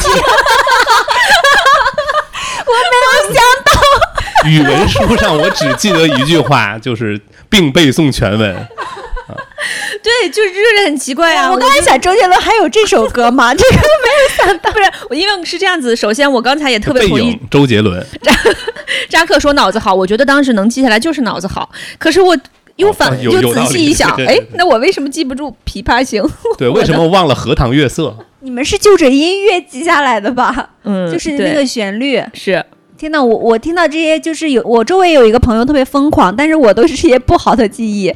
Speaker 3: 行，
Speaker 1: 语文书上我只记得一句话，就是并背诵全文。
Speaker 2: 对，就是就是很奇怪啊！
Speaker 3: 哎我刚才想周杰伦还有这首歌吗？这个
Speaker 2: 不是我，因为是这样子。首先，我刚才也特别
Speaker 1: 背
Speaker 2: 同意
Speaker 1: 影周杰 伦，
Speaker 2: 扎克说脑子好，我觉得当时能记下来就是脑子好。可是我又反、
Speaker 1: 哦有有
Speaker 2: 又仔
Speaker 1: 道
Speaker 2: 细
Speaker 1: 理
Speaker 2: 一想，
Speaker 1: 对对
Speaker 2: 哎
Speaker 1: 对，
Speaker 2: 那我为什么记不住《琵琶行》？
Speaker 1: 对，为什么忘了《荷塘月色》？
Speaker 3: 你们是就着音乐记下来的吧？
Speaker 2: 嗯
Speaker 3: 就是那个旋律。
Speaker 2: 是
Speaker 3: 天呐，我我听到这些，就是有我周围有一个朋友特别疯狂，但是我都是这些不好的记忆，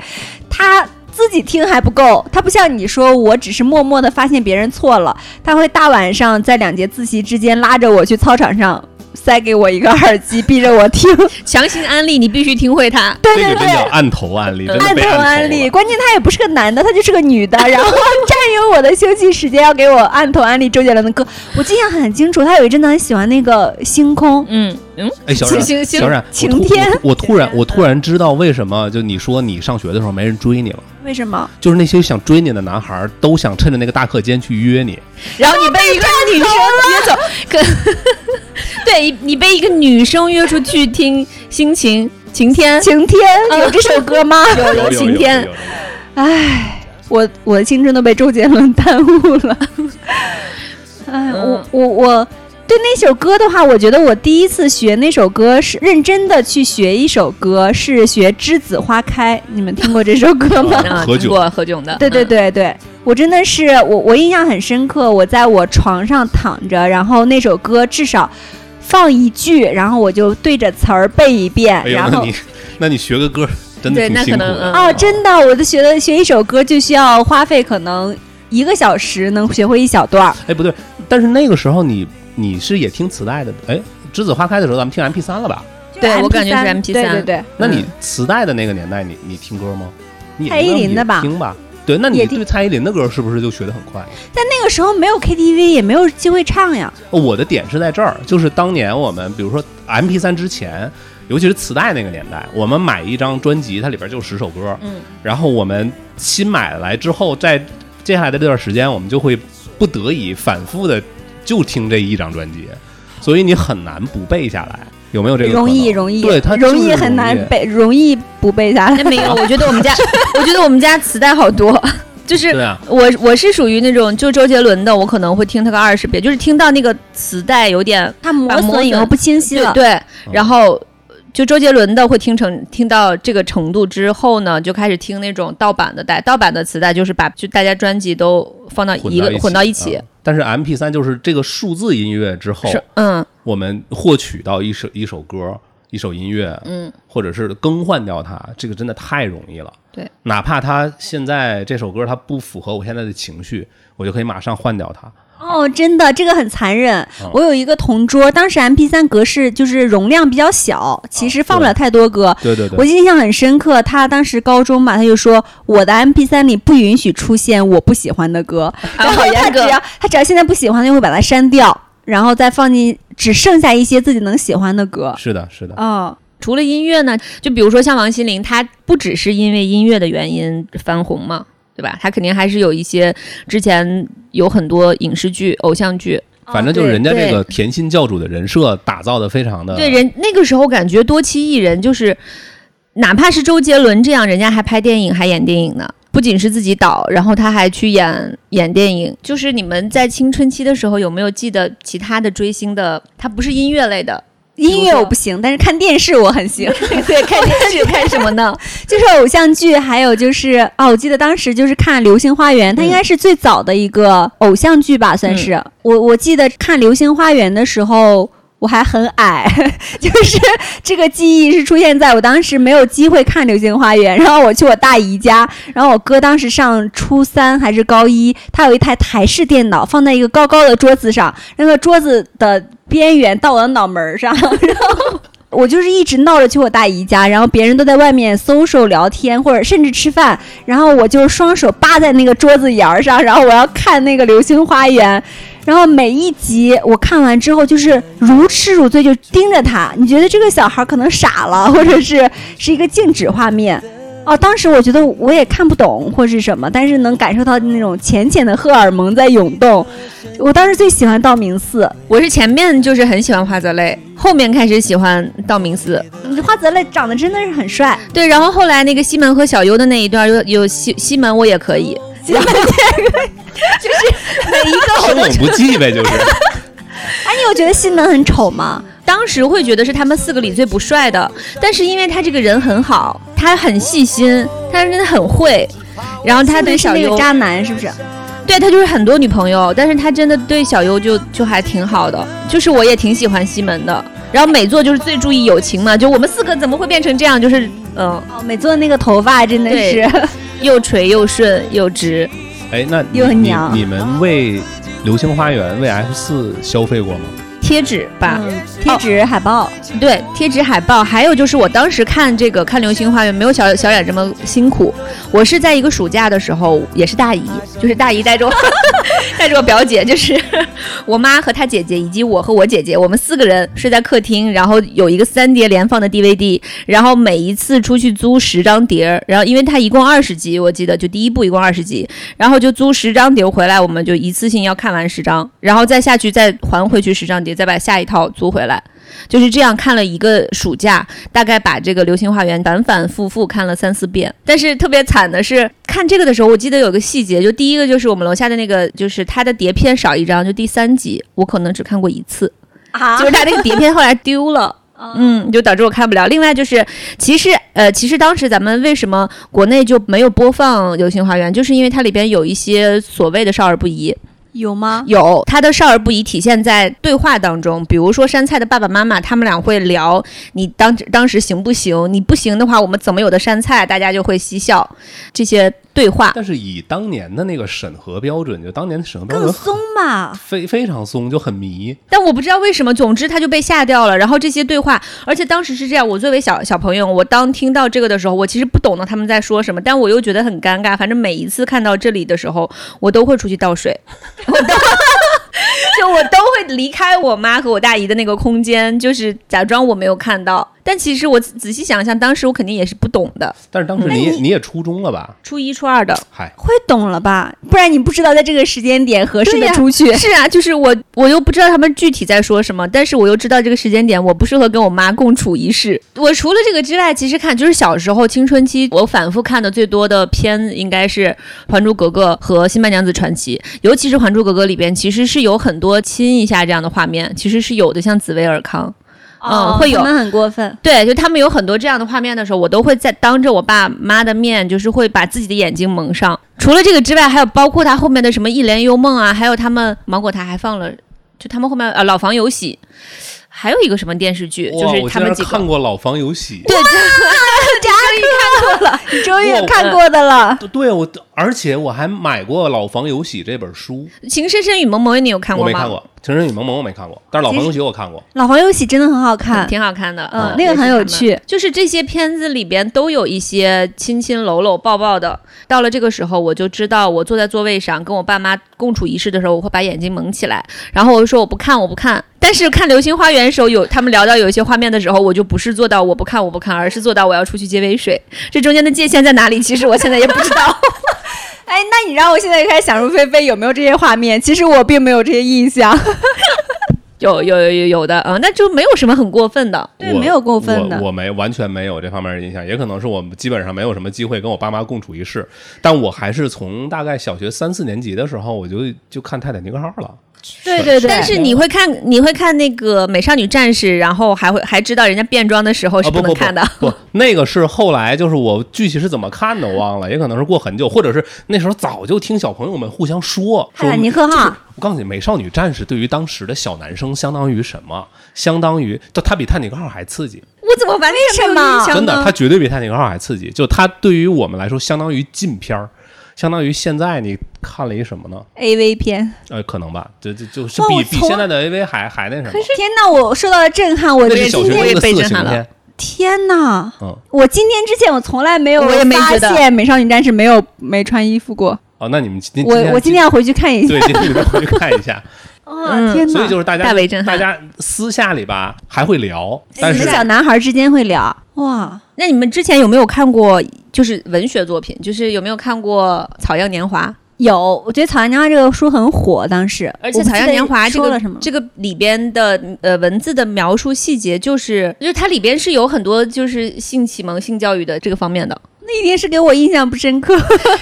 Speaker 3: 他。自己听还不够，他不像你说，我只是默默的发现别人错了，他会大晚上在两节自习之间拉着我去操场上，塞给我一个耳机，逼着我听。
Speaker 2: 强行安利，你必须听会它。
Speaker 3: 对
Speaker 1: 这
Speaker 3: 对
Speaker 1: 个真
Speaker 3: 对，
Speaker 1: 叫按头案例，真
Speaker 2: 嗯
Speaker 1: 的
Speaker 3: 按
Speaker 1: 被
Speaker 3: 头安
Speaker 1: 头
Speaker 3: 利，
Speaker 1: 了。
Speaker 3: 关键他也不是个男的，他就是个女的，然后占用我的休息时间，要给我按头安利周杰伦的歌。我印象很清楚，他有一阵子很喜欢那个《星空》，
Speaker 2: 嗯嗯，
Speaker 1: 哎，小冉，
Speaker 2: 晴晴
Speaker 1: 小冉，我
Speaker 3: 晴
Speaker 1: 突
Speaker 3: 天
Speaker 1: 我我突然我突然知道为什么就你说你上学的时候没人追你了，
Speaker 3: 为什么？
Speaker 1: 就是那些想追你的男孩儿都想趁着那个大课间去约你。
Speaker 2: 然后你被一个女生约走，可对你被一个女生约出去听《心情晴天》，
Speaker 3: 晴天有这首歌吗？
Speaker 2: 嗯 哦 有有晴天，
Speaker 3: 唉，我我的青春都被周杰伦耽误了。
Speaker 2: 嗯
Speaker 3: 唉，我我我对那首歌的话，我觉得我第一次学那首歌是认真的去学一首歌，是学《栀子花开》，你们听过这首歌吗？
Speaker 1: 啊
Speaker 2: 啊，
Speaker 1: 何
Speaker 2: 听
Speaker 1: 炅
Speaker 2: 过何炅的，
Speaker 3: 对对
Speaker 2: 嗯，
Speaker 3: 对对，我真的是我我印象很深刻，我在我床上躺着，然后那首歌至少放一句，然后我就对着词儿背一遍，
Speaker 1: 哎呦，
Speaker 3: 然
Speaker 1: 那
Speaker 3: 后
Speaker 1: 你那你学个歌儿真的
Speaker 2: 哦对
Speaker 1: 挺
Speaker 2: 那可
Speaker 1: 辛苦
Speaker 2: 能
Speaker 1: 的
Speaker 2: 嗯
Speaker 3: 哦，真的，我就学的学一首歌就需要花费可能一个小时能学会一小段儿。
Speaker 1: 哎，不对，但是那个时候你你是也听磁带的，哎，《栀子花开》的时候咱们听 MP 三了吧？
Speaker 2: 对
Speaker 3: 就是
Speaker 2: 我感觉是
Speaker 3: MP3
Speaker 2: MP3
Speaker 3: 对对
Speaker 1: 那你磁带的那个年代，你你听歌吗？你也
Speaker 3: 嗯蔡依林的吧
Speaker 1: 听吧。对，那你
Speaker 3: 也听
Speaker 1: 对蔡依林的歌是不是就学得很快？
Speaker 3: 对，但那个时候没有 KTV，也没有机会唱呀。
Speaker 1: 哦我的点是在这儿，就是当年我们比如说 M P 三之前，尤其是磁带那个年代，我们买一张专辑，它里边就十首歌，
Speaker 2: 嗯，
Speaker 1: 然后我们新买来之后，在接下来的这段时间，我们就会不得已反复的就听这一张专辑，所以你很难不背下来，有没有这个可能？
Speaker 3: 容易容易，
Speaker 1: 对它就是
Speaker 3: 容易很难
Speaker 1: 容易
Speaker 3: 背，容易不背下来
Speaker 2: 那。没有，我觉得我 们家，我觉得我们家磁带好多， 就是
Speaker 1: 对啊，
Speaker 2: 我我是属于那种就周杰伦的，我可能会听他个二十遍，就是听到那个磁带有点
Speaker 3: 它磨
Speaker 2: 把磨
Speaker 3: 损以
Speaker 2: 损
Speaker 3: 后不清晰了。嗯
Speaker 2: 对对，然后就周杰伦的会听成听到这个程度之后呢，就开始听那种盗版的带，盗版的磁带就是把就大家专辑都放到
Speaker 1: 混
Speaker 2: 一个混到一起
Speaker 1: 啊，但是 M P 三就是这个数字音乐之后，
Speaker 2: 是嗯
Speaker 1: 我们获取到一首一首歌、一首音乐，
Speaker 2: 嗯，
Speaker 1: 或者是更换掉它，这个真的太容易了。
Speaker 2: 对，
Speaker 1: 哪怕它现在这首歌它不符合我现在的情绪，我就可以马上换掉它。
Speaker 3: 哦，真的，这个很残忍。
Speaker 1: 嗯
Speaker 3: 我有一个同桌，当时 MP 3格式就是容量比较小，其实放不了太多歌。
Speaker 1: 对对
Speaker 3: 我
Speaker 1: 对，
Speaker 3: 印象很深刻，他当时高中吧，他就说我的 MP 3里不允许出现我不喜欢的歌， 然
Speaker 2: 啊
Speaker 3: 后
Speaker 2: 好
Speaker 3: 他
Speaker 2: 严
Speaker 3: 只
Speaker 2: 格，
Speaker 3: 要他只要现在不喜欢，就会把它删掉，然后再放进只剩下一些自己能喜欢的歌。
Speaker 1: 是的，是的。
Speaker 2: 哦
Speaker 3: 嗯，
Speaker 2: 除了音乐呢，就比如说像王心凌，她不只是因为音乐的原因翻红嘛，对吧？她肯定还是有一些之前有很多影视剧、偶像剧。
Speaker 1: 反正就是人家
Speaker 2: 对
Speaker 1: 这个甜心教主的人设打造的非常的
Speaker 2: 对人那个时候感觉多栖艺人就是，哪怕是周杰伦这样，人家还拍电影，还演电影呢。不仅是自己导，然后他还去演演电影。就是你们在青春期的时候，有没有记得其他的追星的？他不是音乐类的，
Speaker 3: 音乐我不行，但是看电视我很行。
Speaker 2: 对，看电视看什么呢？
Speaker 3: 就是偶像剧，还有就是啊，我记得当时就是看《流星花园》，它
Speaker 2: 嗯
Speaker 3: 应该是最早的一个偶像剧吧，算是。我我记得看《流星花园》的时候。我还很矮， 就是这个记忆是出现在我当时没有机会看《流星花园》，然后我去我大姨家，然后我哥当时上初三还是高一，他有一台台式电脑放在一个 高高的桌子上，那个桌子的边缘到我的脑门儿上，然后我就是一直闹着去我大姨家，然后别人都在外面 social 聊天，或者甚至吃饭，然后我就双手扒在那个桌子沿儿上，然后我要看那个《流星花园》，然后每一集我看完之后就是如痴如醉，就盯着他。你觉得这个小孩可能傻了，或者是是一个静止画面。哦，当时我觉得我也看不懂或是什么，但是能感受到那种浅浅的荷尔蒙在涌动。我当时最喜欢道明寺，
Speaker 2: 我是前面就是很喜欢花泽类，后面开始喜欢道明寺。
Speaker 3: 花泽类长得真的是很帅。
Speaker 2: 对，然后后来那个西门和小优的那一段，有有西西门我也可以，
Speaker 3: 然后
Speaker 2: 每一个
Speaker 1: 生猛不忌呗，就是
Speaker 3: 哎，你有觉得西门很丑吗？
Speaker 2: 当时会觉得是他们四个里最不帅的，但是因为他这个人很好，他很细心，他真的很会，然后他对
Speaker 3: 是
Speaker 2: 小
Speaker 3: 那
Speaker 2: 优
Speaker 3: 个，渣男是不是？
Speaker 2: 对他就是很多女朋友，但是他真的对小优就就还挺好的，就是我也挺喜欢西门的。然后美作就是最注意友情嘛，就我们四个怎么会变成这样？就是嗯、
Speaker 3: 哦，美作那个头发真的
Speaker 2: 对
Speaker 3: 是，
Speaker 2: 又垂又顺又直。
Speaker 1: 哎，那
Speaker 3: 又很
Speaker 1: 你
Speaker 3: 娘
Speaker 1: 你们为《流星花园》为 F 四消费过吗？
Speaker 2: 贴纸吧，
Speaker 3: 嗯，贴纸、海报，
Speaker 2: 对，贴纸、海报，还有就是我当时看这个看《流星花园》，没有小小冉这么辛苦。我是在一个暑假的时候，也是大姨，就是大姨带着我， 带着我表姐，就是我妈和她姐姐，以及我和我姐姐，我们四个人睡在客厅，然后有一个三碟连放的 DVD，然后每一次出去租十张碟儿，然后因为它一共二十集，我记得就第一部一共二十集，然后就租十张碟儿回来，我们就一次性要看完十张，然后再下去再还回去十张碟，再把下一套租回来。就是这样看了一个暑假，大概把这个《流星花园》反反复复看了三四遍。但是特别惨的是，看这个的时候，我记得有个细节，就第一个就是我们楼下的那个，就是他的碟片少一张，就第三集，我可能只看过一次，
Speaker 3: 啊
Speaker 2: 就是他那个碟片后来丢了。嗯，就导致我看不了。另外就是，其实呃，其实当时咱们为什么国内就没有播放《流星花园》，就是因为它里边有一些所谓的少儿不宜。
Speaker 3: 有吗？
Speaker 2: 有他的少儿不宜体现在对话当中，比如说杉菜的爸爸妈妈，他们俩会聊你当当时行不行，你不行的话，我们怎么有的杉菜，大家就会嬉笑这些对话。
Speaker 1: 但是以当年的那个审核标准，就当年的审核标
Speaker 3: 更
Speaker 1: 准
Speaker 3: 松吧。
Speaker 1: 非非常松，就很迷。
Speaker 2: 但我不知道为什么，总之他就被吓掉了。然后这些对话，而且当时是这样，我作为小小朋友，我当听到这个的时候，我其实不懂得他们在说什么，但我又觉得很尴尬。反正每一次看到这里的时候，我都会出去倒水， 我都就我都会离开我妈和我大姨的那个空间，就是假装我没有看到。但其实我仔仔细想想，当时我肯定也是不懂的，
Speaker 1: 但是当时你也你也初中了吧？
Speaker 2: 初一初二的。
Speaker 1: 嗨，
Speaker 3: 会懂了吧？不然你不知道在这个时间点合适
Speaker 2: 对
Speaker 3: 的
Speaker 2: 呀
Speaker 3: 出去。
Speaker 2: 是啊，就是我，我又不知道他们具体在说什么，但是我又知道这个时间点，我不适合跟我妈共处一室。我除了这个之外，其实看就是小时候青春期，我反复看的最多的片应该是《还珠格格》和《新白娘子传奇》，尤其是《还珠格格》里边，其实是有很多亲一下这样的画面，其实是有的，像紫薇尔康。嗯会有
Speaker 3: 他们很过分。
Speaker 2: 对，就他们有很多这样的画面的时候，我都会在当着我爸妈的面，就是会把自己的眼睛蒙上。除了这个之外，还有包括他后面的什么《一帘幽梦》啊，还有他们芒果台还放了，就他们后面呃《老房有喜》，还有一个什么电视剧，就
Speaker 1: 哇
Speaker 2: 是
Speaker 1: 哦我
Speaker 2: 他
Speaker 1: 竟
Speaker 2: 们
Speaker 1: 然
Speaker 2: 几
Speaker 1: 看
Speaker 2: 个。
Speaker 1: 过《老房有喜》。
Speaker 2: 对，
Speaker 3: 你终于也
Speaker 1: 我
Speaker 3: 看过的了，
Speaker 1: 对，我而且我还买过《老房有喜》这本书，
Speaker 2: 《情深深雨蒙蒙》你有看
Speaker 1: 我
Speaker 2: 过
Speaker 1: 没
Speaker 2: 吗？
Speaker 1: 看过《情深深雨蒙蒙》，我没看过，但是《老房有喜》我看过。
Speaker 3: 老黄有喜》真的很好
Speaker 2: 嗯
Speaker 3: 看。
Speaker 2: 挺好看的，
Speaker 3: 嗯
Speaker 2: 嗯，
Speaker 3: 那个
Speaker 2: 也是
Speaker 3: 很有
Speaker 2: 他们
Speaker 3: 趣
Speaker 2: 就是这些片子里边都有一些亲亲搂搂抱抱的。到了这个时候，我就知道我坐在座位上跟我爸妈共处一室的时候，我会把眼睛蒙起来，然后我就说我不看，我不看。但是看《流星花园》的时候，有他们聊到有一些画面的时候，我就不是做到我不看我不看，而是做到我要出去接杯水。这中间的界限在哪里？其实我现在也不知 道。
Speaker 3: 哎，那你让我现在开始想入非非，有没有这些画面？其实我并没有这些印象。
Speaker 2: 有有有有有的，嗯，那就没有什么很过分的。
Speaker 3: 对
Speaker 1: 我
Speaker 3: 没有过分的
Speaker 1: 我我没完全没有这方面的印象，也可能是我们基本上没有什么机会跟我爸妈共处一室。但我还是从大概小学三四年级的时候，我就就看《泰坦尼克号》了。
Speaker 3: 对对对，
Speaker 2: 但是你会看，你会看那个《美少女战士》，然后还会还知道人家变装的时候是
Speaker 1: 啊不
Speaker 2: 能看的。
Speaker 1: 不不不，那个是后来就是我具体是怎么看的我忘了，也可能是过很久，或者是那时候早就听小朋友们互相说
Speaker 3: 泰
Speaker 1: 说。
Speaker 3: 坦尼克号
Speaker 1: 我告诉你，《美少女战士》对于当时的小男生相当于什么？相当于，就它比《泰坦尼克号》还刺激，
Speaker 2: 我怎么完全没有印象呢
Speaker 1: 真的，它绝对比《泰坦尼克号》还刺激。就它对于我们来说，相当于禁片儿，相当于现在你看了一什么呢？
Speaker 3: A V 片。
Speaker 1: 呃，可能吧，这这就是
Speaker 3: 哇
Speaker 1: 比
Speaker 3: 哦我
Speaker 1: 比
Speaker 3: 从
Speaker 1: 现在的 AV 还还那什么。
Speaker 3: 天呐，我受到了震撼，我
Speaker 1: 那
Speaker 3: 今
Speaker 1: 是小学
Speaker 3: 天
Speaker 1: 生的
Speaker 2: 我也被
Speaker 1: 色
Speaker 2: 震
Speaker 1: 情
Speaker 2: 撼了
Speaker 1: 片，
Speaker 3: 天呐，
Speaker 1: 嗯，
Speaker 3: 我今天之前我从来没有
Speaker 2: 我也没
Speaker 3: 发
Speaker 2: 觉得
Speaker 3: 现美少女战士没有没穿衣服过。
Speaker 1: 哦，那你们今今
Speaker 3: 我我今天要回去看一下。
Speaker 1: 对今天你们回去看一下，
Speaker 3: 啊，天
Speaker 1: 嗯所以
Speaker 3: 呐！
Speaker 1: 就是大家
Speaker 2: 大为震
Speaker 1: 大
Speaker 2: 撼哎
Speaker 1: 家私下里吧还会聊，但
Speaker 3: 你
Speaker 1: 是
Speaker 3: 们小男孩之间会聊哇，
Speaker 2: 那你们之前有没有看过就是文学作品？就是有没有看过《草样年华》？
Speaker 3: 有，我觉得《草原娘花》这个书很火，当时。
Speaker 2: 而且
Speaker 3: 我
Speaker 2: 《
Speaker 3: 不
Speaker 2: 草
Speaker 3: 记
Speaker 2: 样
Speaker 3: 得
Speaker 2: 年华》这
Speaker 3: 说了
Speaker 2: 个
Speaker 3: 什么？
Speaker 2: 这个里边的呃文字的描述细节，就是就是它里边是有很多就是性启蒙、性教育的这个方面的。
Speaker 3: 那一定是给我印象不 深刻。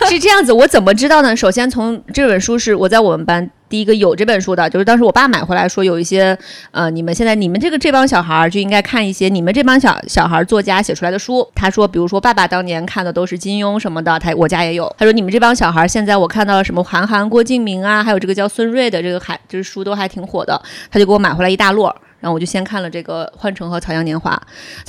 Speaker 2: 是这样子，我怎么知道呢？首先从这本书是我在我们班第一个有这本书的，就是当时我爸买回来说有一些，呃，你们现在你们这个这帮小孩儿就应该看一些你们这帮小小孩儿作家写出来的书。他说，比如说爸爸当年看的都是金庸什么的，他我家也有。他说你们这帮小孩儿现在我看到了什么韩寒、郭敬明啊，还有这个叫孙瑞的这个还就是书都还挺火的，他就给我买回来一大摞儿。然后我就先看了这个《幻城》和《草样年华》，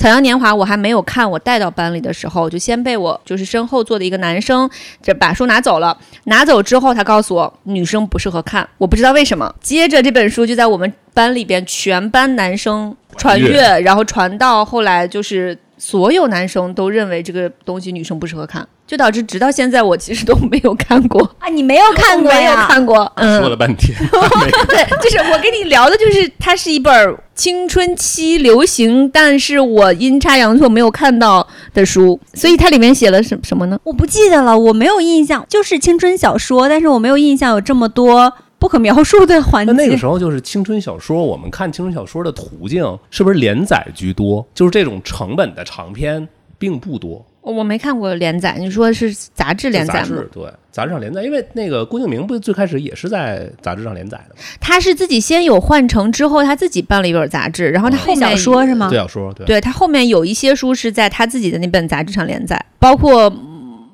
Speaker 2: 《草样年华》我还没有看，我带到班里的时候，就先被我就是身后坐的一个男生这把书拿走了，拿走之后，他告诉我女生不适合看，我不知道为什么。接着这本书就在我们班里边全班男生传阅，然后传到后来就是所有男生都认为这个东西女生不适合看，就导致直到现在我其实都没有看过，
Speaker 3: 啊，你没有看过
Speaker 2: 我 没有
Speaker 3: 呀？
Speaker 2: 看过，嗯，
Speaker 1: 说了半 天，没
Speaker 2: 对，就是我跟你聊的，就是它是一本儿青春期流行，但是我阴差阳错没有看到的书，所以它里面写了什什么呢？
Speaker 3: 我不记得了，我没有印象，就是青春小说，但是我没有印象有这么多不可描述的环
Speaker 1: 那
Speaker 3: 节。
Speaker 1: 那个时候就是青春小说，我们看青春小说的途径是不是连载居多？就是这种成本的长篇并不多，
Speaker 2: 哦我我没看过连载，你说是杂志连
Speaker 1: 就杂
Speaker 2: 载吗
Speaker 1: 志？对啊杂志上连载，因为那个郭敬明不最开始也是在杂志上连载的吗
Speaker 2: 他是自己先有换成之后，他自己办了一本杂志，然后他
Speaker 1: 哦
Speaker 2: 后面
Speaker 3: 小说是吗？
Speaker 1: 对小说，对
Speaker 2: 对他后面有一些书是在他自己的那本杂志上连载，包括嗯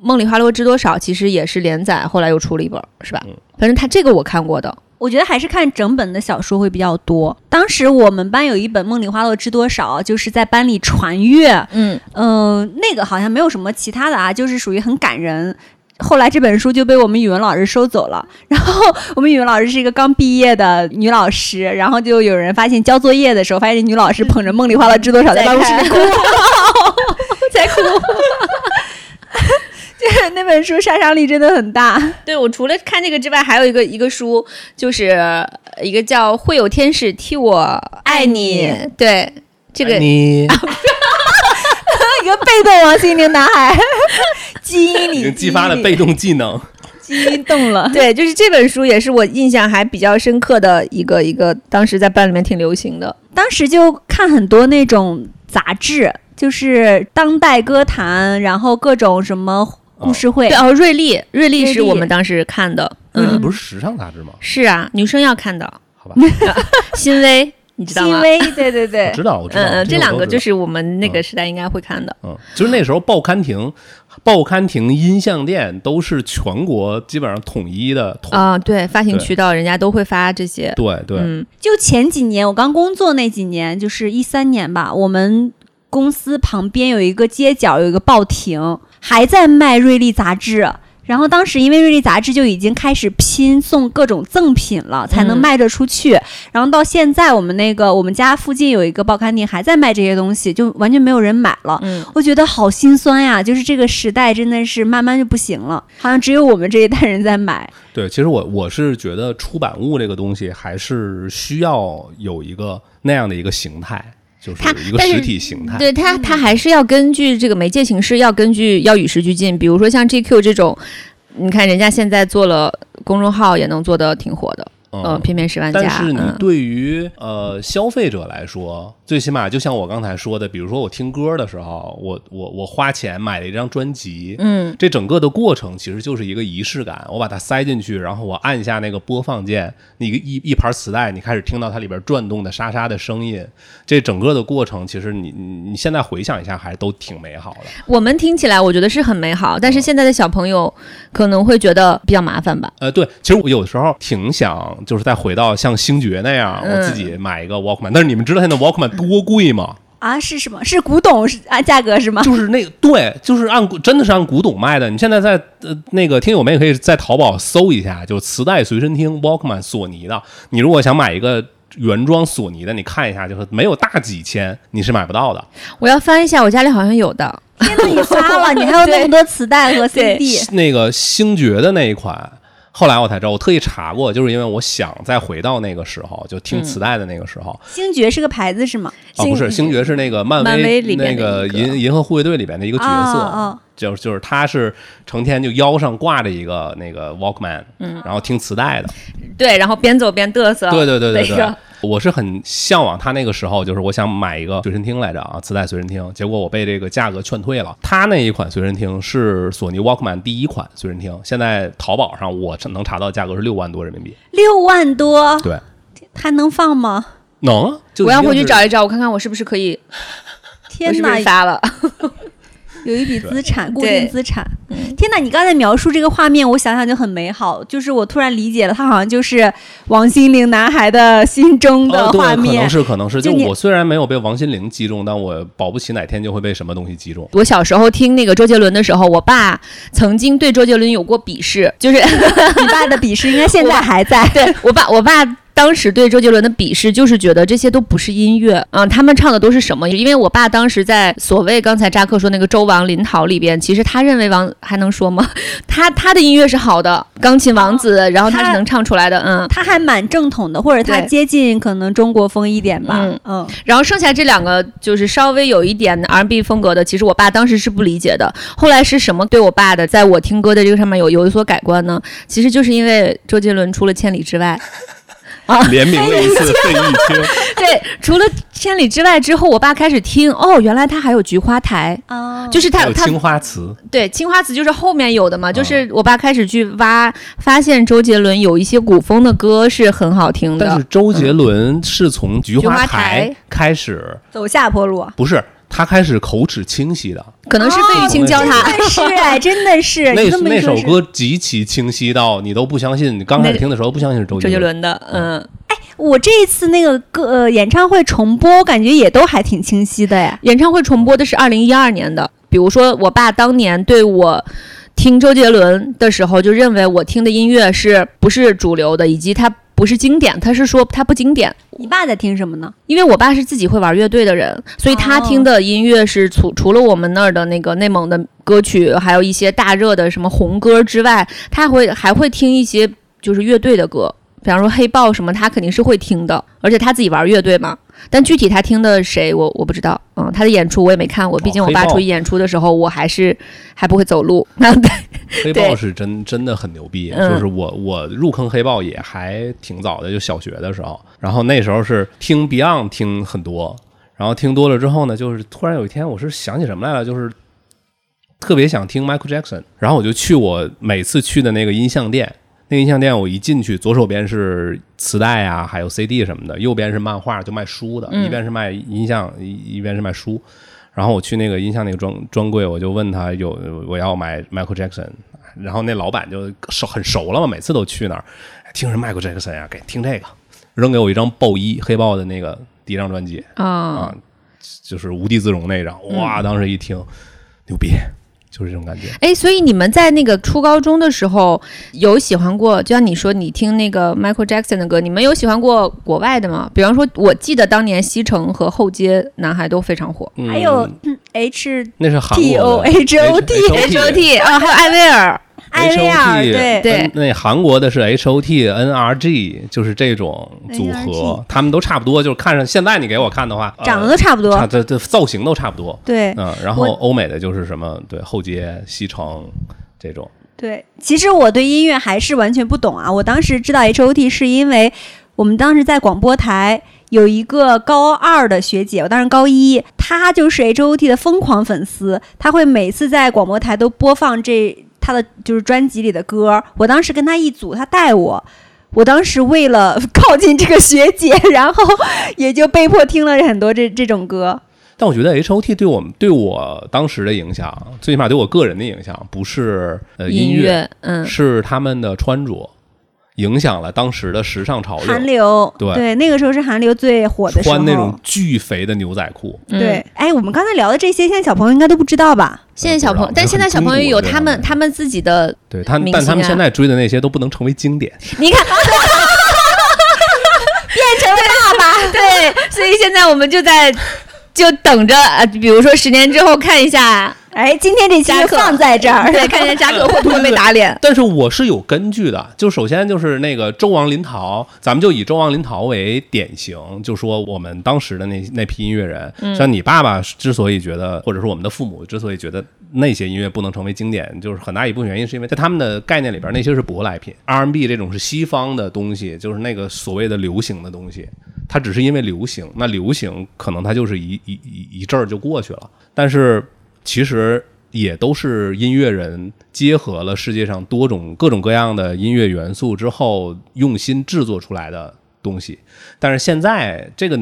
Speaker 2: 《梦里花落知多少》，其实也是连载，后来又出了一本，是吧？
Speaker 1: 嗯
Speaker 2: 反正他这个我看过的，
Speaker 3: 我觉得还是看整本的小说会比较多。当时我们班有一本《梦里花落知多少》，就是在班里传阅，
Speaker 2: 嗯，
Speaker 3: 嗯、那个好像没有什么其他的啊，就是属于很感人。后来这本书就被我们语文老师收走了。然后我们语文老师是一个刚毕业的女老师，然后就有人发现交作业的时候，发现这女老师捧着《梦里花落知多 少》在办公室里哭，在哭。就是那本书杀伤力真的很大。
Speaker 2: 对我除了看这个之外，还有一个一个书，就是呃一个叫《会有天使替我爱你》。 对，这个
Speaker 1: 哎
Speaker 2: 啊
Speaker 1: 你
Speaker 3: 一个被动王心凌男孩，基因里
Speaker 1: 已经激发了
Speaker 3: 基因里
Speaker 1: 被动技能，
Speaker 3: 基因动了。
Speaker 2: 对，就是这本书也是我印象还比较深刻的一个一个，当时在班里面挺流行的。
Speaker 3: 当时就看很多那种杂志，就是当代歌坛，然后各种什么故事会。
Speaker 2: 对哦，瑞丽，瑞丽
Speaker 3: 瑞
Speaker 2: 是我
Speaker 3: 丽
Speaker 2: 们当时看的。
Speaker 1: 那
Speaker 2: 嗯，
Speaker 1: 不是时尚杂志吗？
Speaker 2: 是啊，女生要看的。
Speaker 1: 好吧，
Speaker 2: 新薇，你知道
Speaker 3: 新
Speaker 2: 吗？
Speaker 3: 薇，对对
Speaker 1: 我
Speaker 3: 对，
Speaker 1: 知道，我知道
Speaker 2: 嗯，嗯，这
Speaker 1: 我
Speaker 2: 两
Speaker 1: 都
Speaker 2: 个
Speaker 1: 知
Speaker 2: 就
Speaker 1: 道
Speaker 2: 是我们那个
Speaker 1: 嗯
Speaker 2: 时代应该会看的。
Speaker 1: 嗯，就是那时候报刊亭、报刊亭、音像店都是全国基本上统一的统。
Speaker 2: 啊，对，发行
Speaker 1: 对
Speaker 2: 渠道人家都会发这些。
Speaker 1: 对对，
Speaker 2: 嗯，
Speaker 3: 就前几年我刚工作那几年，就是一三年吧，我们公司旁边有一个街角有一个报亭，还在卖《瑞丽》杂志。然后当时因为《瑞丽》杂志就已经开始拼送各种赠品了，才能
Speaker 2: 嗯
Speaker 3: 卖得出去。然后到现在，我们那个我们家附近有一个报刊亭还在卖这些东西，就完全没有人买了。
Speaker 2: 嗯
Speaker 3: 我觉得好心酸呀，就是这个时代真的是慢慢就不行了，好像只有我们这一代人在买。
Speaker 1: 对，其实我我是觉得出版物这个东西还是需要有一个那样的一个形态，就是
Speaker 2: 它
Speaker 1: 一个
Speaker 2: 但是
Speaker 1: 实体形态。
Speaker 2: 对它，它还是要根据这个媒介形式，要根据要与时俱进。比如说像 GQ 这种，你看人家现在做了公众号，也能做的挺火的，嗯，
Speaker 1: 嗯，
Speaker 2: 偏偏十万
Speaker 1: 但
Speaker 2: 加，
Speaker 1: 是你
Speaker 2: 嗯，
Speaker 1: 对于呃消费者来说，最起码就像我刚才说的，比如说我听歌的时候，我我我花钱买了一张专辑，
Speaker 2: 嗯，
Speaker 1: 这整个的过程其实就是一个仪式感。我把它塞进去，然后我按一下那个播放键，你一一盘磁带，你开始听到它里边转动的沙沙的声音。这整个的过程，其实你你你现在回想一下，还都挺美好的。
Speaker 2: 我们听起来我觉得是很美好，但是现在的小朋友可能会觉得比较麻烦吧。
Speaker 1: 呃，对，其实我有时候挺想，就是再回到像星爵那样，
Speaker 2: 嗯
Speaker 1: 我自己买一个 Walkman。但是你们知道现在 Walkman 多贵吗？
Speaker 3: 啊，是什么？是古董是啊，价格是吗？
Speaker 1: 就是那个对，就是按古真的是按古董卖的。你现在在呃那个听友们也可以在淘宝搜一下，就磁带随身听 Walkman 索尼的。你如果想买一个原装索尼的，你看一下，就是没有大几千你是买不到的。
Speaker 2: 我要翻一下，我家里好像有的。
Speaker 3: 天呐，你发了，你还有那么多磁带和
Speaker 2: 对
Speaker 3: CD，
Speaker 1: 那个星爵的那一款，后来我才知道，我特意查过，就是因为我想再回到那个时候，就听磁带的那个时候。
Speaker 3: 星爵是个牌子是吗？
Speaker 1: 啊，不是，星爵是那个漫
Speaker 2: 漫威里
Speaker 1: 那
Speaker 2: 面的
Speaker 1: 个
Speaker 2: 一个
Speaker 1: 银银河护卫队里边的一个角色，
Speaker 3: 哦哦
Speaker 1: 就是就是他是成天就腰上挂着一个那个 Walkman，、然
Speaker 2: 嗯
Speaker 1: 后听磁带的，
Speaker 2: 对，然后边走边嘚瑟。
Speaker 1: 对对对对
Speaker 2: 哦
Speaker 1: 对
Speaker 2: 那个。
Speaker 1: 我是很向往他那个时候，就是我想买一个随身听来着啊，磁带随身听，结果我被这个价格劝退了。他那一款随身听是索尼 Walkman 第一款随身听，现在淘宝上我能查到价格是六万多人民币。
Speaker 3: 六万多，
Speaker 1: 对，
Speaker 3: 它能放吗？
Speaker 1: 能啊，就
Speaker 2: 我要
Speaker 1: 一定
Speaker 2: 回去
Speaker 1: 是
Speaker 2: 找一找，我看看我是不是可以，我
Speaker 3: 天
Speaker 2: 是不
Speaker 3: 哪
Speaker 2: 是，发了？
Speaker 3: 有一笔资产，固
Speaker 2: 对
Speaker 3: 定资产。天哪，你刚才描述这个画面，我想想就很美好。就是我突然理解了，它好像就是王心凌男孩的心中的
Speaker 1: 哦，对，
Speaker 3: 画
Speaker 1: 可能
Speaker 3: 面。
Speaker 1: 是可能是，
Speaker 3: 就
Speaker 1: 就
Speaker 3: 你
Speaker 1: 我虽然没有被王心凌击中，但我保不齐哪天就会被什么东西击 中。
Speaker 2: 我小时候听那个周杰伦的时候，我爸曾经对周杰伦有过鄙视，就是
Speaker 3: 你爸的鄙视应该现在还在。
Speaker 2: 对我爸，我爸当时对周杰伦的鄙视就是觉得这些都不是音乐，嗯，他们唱的都是什么？因为我爸当时在所谓刚才扎克说那个周王林桃里边，其实他认为王还能说吗？ 他他的音乐是好的，钢琴王子，然后他
Speaker 3: 他
Speaker 2: 是能唱出来的，嗯。
Speaker 3: 他还蛮正统的，或者他
Speaker 2: 对
Speaker 3: 接近可能中国风一点吧。
Speaker 2: 嗯
Speaker 3: 嗯，
Speaker 2: 然后剩下这两个就是稍微有一点 R&B 风格的，其实我爸当时是不理解的。后来是什么对我爸的，在我听歌的这个上面有有所改观呢？其实就是因为周杰伦出了《千里之外》。
Speaker 1: 联名了一次费玉清，
Speaker 2: 对，除了《千里之外》之后，我爸开始听哦，原来他还有菊花台，
Speaker 3: 哦
Speaker 2: 就是
Speaker 1: 还
Speaker 2: 他
Speaker 1: 有
Speaker 2: 他嗯
Speaker 1: 青嗯花瓷，
Speaker 2: 对青花瓷就是后面有的嘛，就是我爸开始去挖，发现周杰伦有一些古风的歌是很好听
Speaker 1: 但
Speaker 2: 的
Speaker 1: 是，周杰伦是从菊
Speaker 2: 菊
Speaker 1: 花台
Speaker 2: 花台
Speaker 1: 开始，
Speaker 3: 走下坡路。啊
Speaker 1: 不是他开始口齿清晰的，
Speaker 2: 可能是费玉清教他。
Speaker 3: 但是 哎，真的是
Speaker 1: 那
Speaker 3: 你这么
Speaker 1: 那
Speaker 3: 一
Speaker 1: 首
Speaker 3: 说是，
Speaker 1: 歌极其清晰到你都不相信，你刚开始
Speaker 2: 那
Speaker 1: 听的时候不相信是周
Speaker 2: 周杰
Speaker 1: 杰伦。
Speaker 2: 伦的，嗯，
Speaker 3: 我这一次那个歌、呃、演唱会重播，我感觉也都还挺清晰的哎。
Speaker 2: 演唱会重播的是二零一二年的。比如说，我爸当年对我听周杰伦的时候，就认为我听的音乐是不是主流的，以及它不是经典，他是说它不经典。
Speaker 3: 你爸在听什么呢？
Speaker 2: 因为我爸是自己会玩乐队的人，所以他
Speaker 3: 哦
Speaker 2: 听的音乐是除除了我们那儿的那个内蒙的歌曲，还有一些大热的什么红歌之外，他会还会听一些就是乐队的歌，比方说黑豹什么，他肯定是会听的，而且他自己玩乐队嘛。但具体他听的谁，我我不知道。嗯，他的演出我也没看过，毕竟我
Speaker 1: 黑
Speaker 2: 爸
Speaker 1: 豹
Speaker 2: 出去演出的时候，我还是还不会走路。 嗯
Speaker 1: 黑
Speaker 2: 对
Speaker 1: 豹是真真的很牛逼，
Speaker 2: 嗯
Speaker 1: 就是我我入坑黑豹也还挺早的，就小学的时候，然后那时候是听 Beyond 听很多，然后听多了之后呢，就是突然有一天我是想起什么来了，就是特别想听 Michael Jackson，然后我就去我每次去的那个音像店。那个音像店，我一进去，左手边是磁带啊，还有 CD 什么的，右边是漫画，就卖书的，
Speaker 2: 嗯
Speaker 1: 一边是卖音像，一一边是卖书。然后我去那个音像那个专专柜，我就问他有我要买 Michael Jackson，然后那老板就熟很熟了嘛，每次都去那儿，哎听什么 Michael Jackson 啊，给听这个，扔给我一张豹一黑豹的那个第一张专辑
Speaker 2: 啊、
Speaker 1: 啊，就是无地自容那张，
Speaker 3: 嗯
Speaker 1: 哇，当时一听牛逼，就是这种感觉。
Speaker 2: 哎，所以你们在那个初高中的时候有喜欢过？就像你说，你听那个 Michael Jackson 的歌，你们有喜欢过国外的吗？比方说，我记得当年西城和后街男孩都非常火
Speaker 1: 嗯
Speaker 3: 还有、嗯 H
Speaker 1: 那是韩
Speaker 3: T
Speaker 1: 国
Speaker 3: O
Speaker 1: 的
Speaker 3: H O T
Speaker 1: H O
Speaker 2: ，H.O.T. 啊，还有艾薇儿，
Speaker 3: 艾薇儿，对
Speaker 1: H.O.T. 嗯那韩国的是 H O T N R G，就是这种组合
Speaker 3: NRG，
Speaker 1: 他们都差不多。就是看上现在你给我看的话，呃
Speaker 3: 长得都差不多
Speaker 1: 差这这造型都差不多。
Speaker 3: 对
Speaker 1: 嗯，然后
Speaker 3: 哎我
Speaker 1: 欧美的就是什么对后街、西城这种，
Speaker 3: 对，其实我对音乐还是完全不懂啊。我当时知道 H O T 是因为我们当时在广播台有一个高二的学姐，我当时高一，她就是 H O T 的疯狂粉丝，她会每次在广播台都播放这她的就是专辑里的歌。我当时跟她一组，她带我。我当时为了 靠近这个学姐，然后 也就被迫听了很多这这种歌。
Speaker 1: 但我觉得 H O T 对我们对我当时的影响，最起码对我个人的影响，不是呃
Speaker 2: 音
Speaker 1: 乐，
Speaker 2: 乐，嗯，
Speaker 1: 是他们的穿着。影响了当时的时尚潮
Speaker 3: 韩
Speaker 1: 流，
Speaker 3: 流，
Speaker 1: 对
Speaker 3: 那个时候是韩流最火的时候。
Speaker 1: 穿那种巨肥的牛仔裤，
Speaker 2: 嗯
Speaker 3: 对，哎，我们刚才聊的这些，现在小朋友应该都不知道吧？
Speaker 2: 现在小朋友，但现在小朋友有他们他们自己的，
Speaker 1: 对他
Speaker 2: 明，星啊
Speaker 1: 但他们现在追的那些都不能成为经典。
Speaker 2: 你看，变成了爸爸，对，所以现在我们就在就等着，呃，比如说十年之后看一下，
Speaker 3: 哎，今天这期
Speaker 2: 扎
Speaker 3: 就
Speaker 2: 克
Speaker 3: 放在这儿。
Speaker 2: 对，看一下扎克会不会被打脸。
Speaker 1: 但是我是有根据的，就首先就是那个周王林桃，咱们就以周王林桃为典型，就说我们当时的那那批音乐人，像你爸爸之所以觉得，或者说我们的父母之所以觉得那些音乐不能成为经典，就是很大一部分原因是因为在他们的概念里边，那些是舶来品，R&B 这种是西方的东西，就是那个所谓的流行的东西，它只是因为流行，那流行可能它就是一一一一阵儿就过去了，但是其实也都是音乐人结合了世界上多种各种各样的音乐元素之后，用心制作出来的东西。但是现在这个，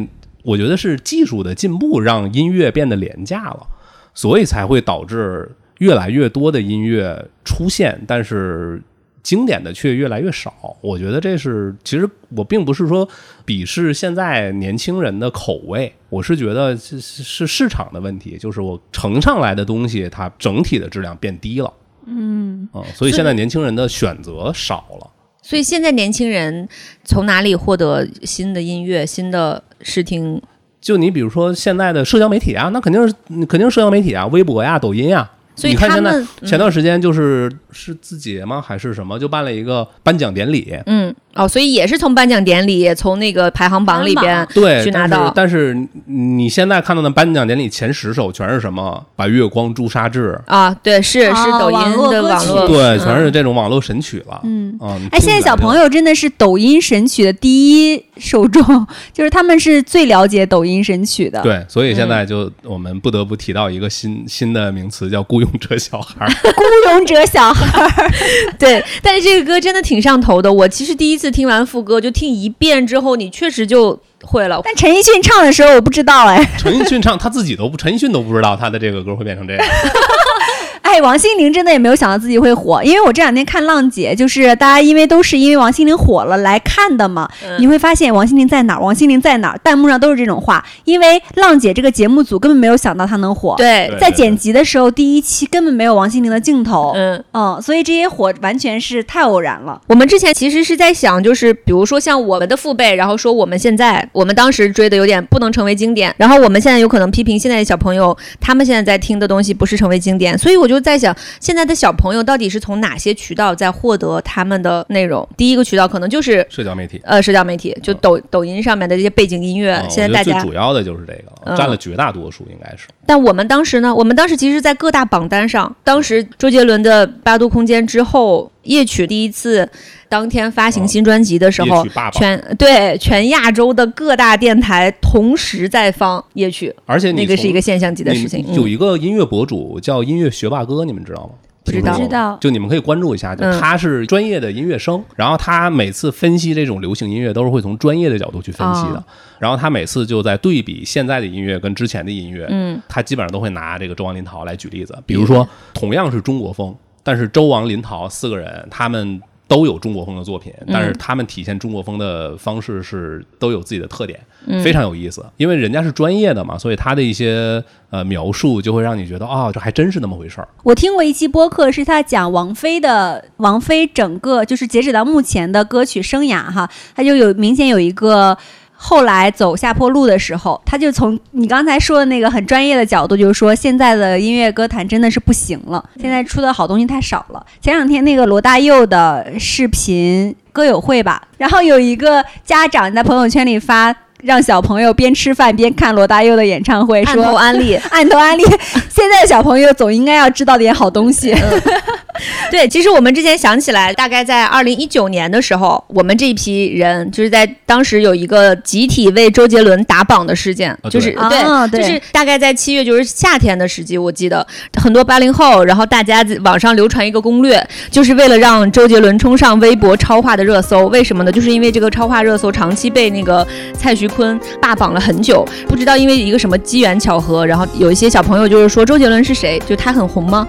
Speaker 1: 我觉得是技术的进步让音乐变得廉价了，所以才会导致越来越多的音乐出现，但是。经典的却越来越少，我觉得这是其实我并不是说鄙视现在年轻人的口味，我是觉得是是是市场的问题，就是我呈上来的东西它整体的质量变低了，嗯所以现在年轻人的选择少了。
Speaker 2: 所以现在年轻人从哪里获得新的音乐、新的视听？
Speaker 1: 就你比如说现在的社交媒体啊，那肯定是肯定是社交媒体啊，微博呀、抖音呀。
Speaker 2: 所以
Speaker 1: 你看
Speaker 2: 他
Speaker 1: 现在
Speaker 2: 们
Speaker 1: 前段时间就是、是字节吗还是什么，就办了一个颁奖典礼，
Speaker 2: 嗯，哦，所以也是从颁奖典礼、从那个排行榜里边
Speaker 1: 对，
Speaker 2: 去拿
Speaker 1: 但
Speaker 2: 到
Speaker 1: 是。但是你现在看到的颁奖典礼前十首全是什么？把月光朱砂痣，
Speaker 2: 啊，对，是是
Speaker 3: 啊
Speaker 2: 抖音
Speaker 3: 网络
Speaker 2: 的
Speaker 3: 歌
Speaker 2: 网
Speaker 3: 曲
Speaker 2: 络，
Speaker 1: 对，全是这种网络神曲了。
Speaker 3: 嗯
Speaker 1: 嗯，
Speaker 3: 哎，现在小朋
Speaker 1: 友
Speaker 3: 友真的是抖音神曲的第一受众，就是他们是最了解抖音神曲的。
Speaker 1: 对，所以现在就我们不得不提到一个新新的名词，叫“雇佣者小孩儿
Speaker 3: 孤勇者小孩，
Speaker 2: 对，但是这个歌真的挺上头的。我其实第一次听完副歌就听一遍之后，你确实就会了。
Speaker 3: 但陈奕迅唱的时候我不知道哎”。。
Speaker 1: 陈奕迅唱他自己都不，陈奕迅都不知道他的这个歌会变成这样。
Speaker 3: 哎，王心凌真的也没有想到自己会火，因为我这两天看浪姐，就是大家因为都是因为王心凌火了来看的嘛，
Speaker 2: 嗯
Speaker 3: 你会发现王心凌在哪儿，王心凌在哪儿，弹幕上都是这种话，因为浪姐这个节目组根本没有想到她能火，，
Speaker 2: 对
Speaker 1: 对，
Speaker 3: 在剪辑的时候第一期根本没有王心凌的镜头，
Speaker 2: 嗯，
Speaker 3: 嗯所以这些火完全是太偶然了。
Speaker 2: 我们之前其实是在想，就是比如说像我们的父辈，然后说我们现在我们当时追的有点不能成为经典，然后我们现在有可能批评现在的小朋友，他们现在在听的东西不是成为经典，所以我就在想，现在的小朋友到底是从哪些渠道在获得他们的内容？第一个渠道可能就是
Speaker 1: 社交媒体，
Speaker 2: 呃社交媒体，就抖、抖音上面的这些背景音乐，
Speaker 1: 嗯
Speaker 2: 现在
Speaker 1: 哦我
Speaker 2: 大
Speaker 1: 觉得
Speaker 2: 家
Speaker 1: 最主要的就是这个
Speaker 2: 嗯
Speaker 1: 了，占了绝大多数，应该是。
Speaker 2: 但我们当时呢，我们当时其实，在各大榜单上，当时周杰伦的《八度空间》之后，夜曲第一次当天发行
Speaker 1: 嗯
Speaker 2: 新专辑的时候，
Speaker 1: 夜曲霸榜
Speaker 2: 全对全亚洲的各大电台同时在放夜曲，
Speaker 1: 而且你
Speaker 2: 那个是
Speaker 1: 从
Speaker 2: 一个现象级的
Speaker 1: 你
Speaker 2: 事情。
Speaker 1: 有
Speaker 2: 嗯
Speaker 1: 一个音乐博主叫音乐学霸哥，你们知道吗？
Speaker 2: 不知
Speaker 1: 听说
Speaker 2: 道
Speaker 1: 过吗
Speaker 3: 知道
Speaker 1: 就你们可以关注一下，就
Speaker 2: 嗯
Speaker 1: 他是专业的音乐生，然后他每次分析这种流行音乐都是会从专业的角度去分析的，
Speaker 2: 哦
Speaker 1: 然后他每次就在对比现在的音乐跟之前的音乐，
Speaker 2: 嗯，
Speaker 1: 他基本上都会拿这个周王林桃来举例子，比如说同样是中国风，但是周王林桃四个人他们。都有中国风的作品，但是
Speaker 2: 嗯
Speaker 1: 他们体现中国风的方式是都有自己的特点，
Speaker 2: 嗯
Speaker 1: 非常有意思。因为人家是专业的嘛，所以他的一些呃描述就会让你觉得啊、这还真是那么回事儿。
Speaker 3: 我听过一期播客，是他讲王菲的，王菲整个就是截止到目前的歌曲生涯哈，他就有明显有一个。后来走下坡路的时候，他就从你刚才说的那个很专业的角度，就是说现在的音乐歌坛真的是不行了，
Speaker 2: 嗯
Speaker 3: 现在出的好东西太少了。前两天那个罗大佑的视频歌友会吧，然后有一个家长在朋友圈里发，让小朋友边吃饭边看罗大佑的演唱会，
Speaker 2: 按
Speaker 3: 说
Speaker 2: 头安利，
Speaker 3: 按头安利，现在的小朋友总应该要知道点好东西。
Speaker 2: 嗯对，其实我们之前想起来，大概在二零一九年的时候，我们这一批人就是在当时有一个集体为周杰伦打榜的事件，
Speaker 1: 啊
Speaker 2: 就是
Speaker 1: 对
Speaker 2: 对、
Speaker 3: 啊对
Speaker 2: 就是大概在七月，就是夏天的时机，我记得很多八零后，然后大家在网上流传一个攻略，就是为了让周杰伦冲上微博超话的热搜。为什么呢？就是因为这个超话热搜长期被那个蔡徐坤霸榜了很久，不知道因为一个什么机缘 巧合，然后有一些小朋友就是说周杰伦是谁？就他很红吗？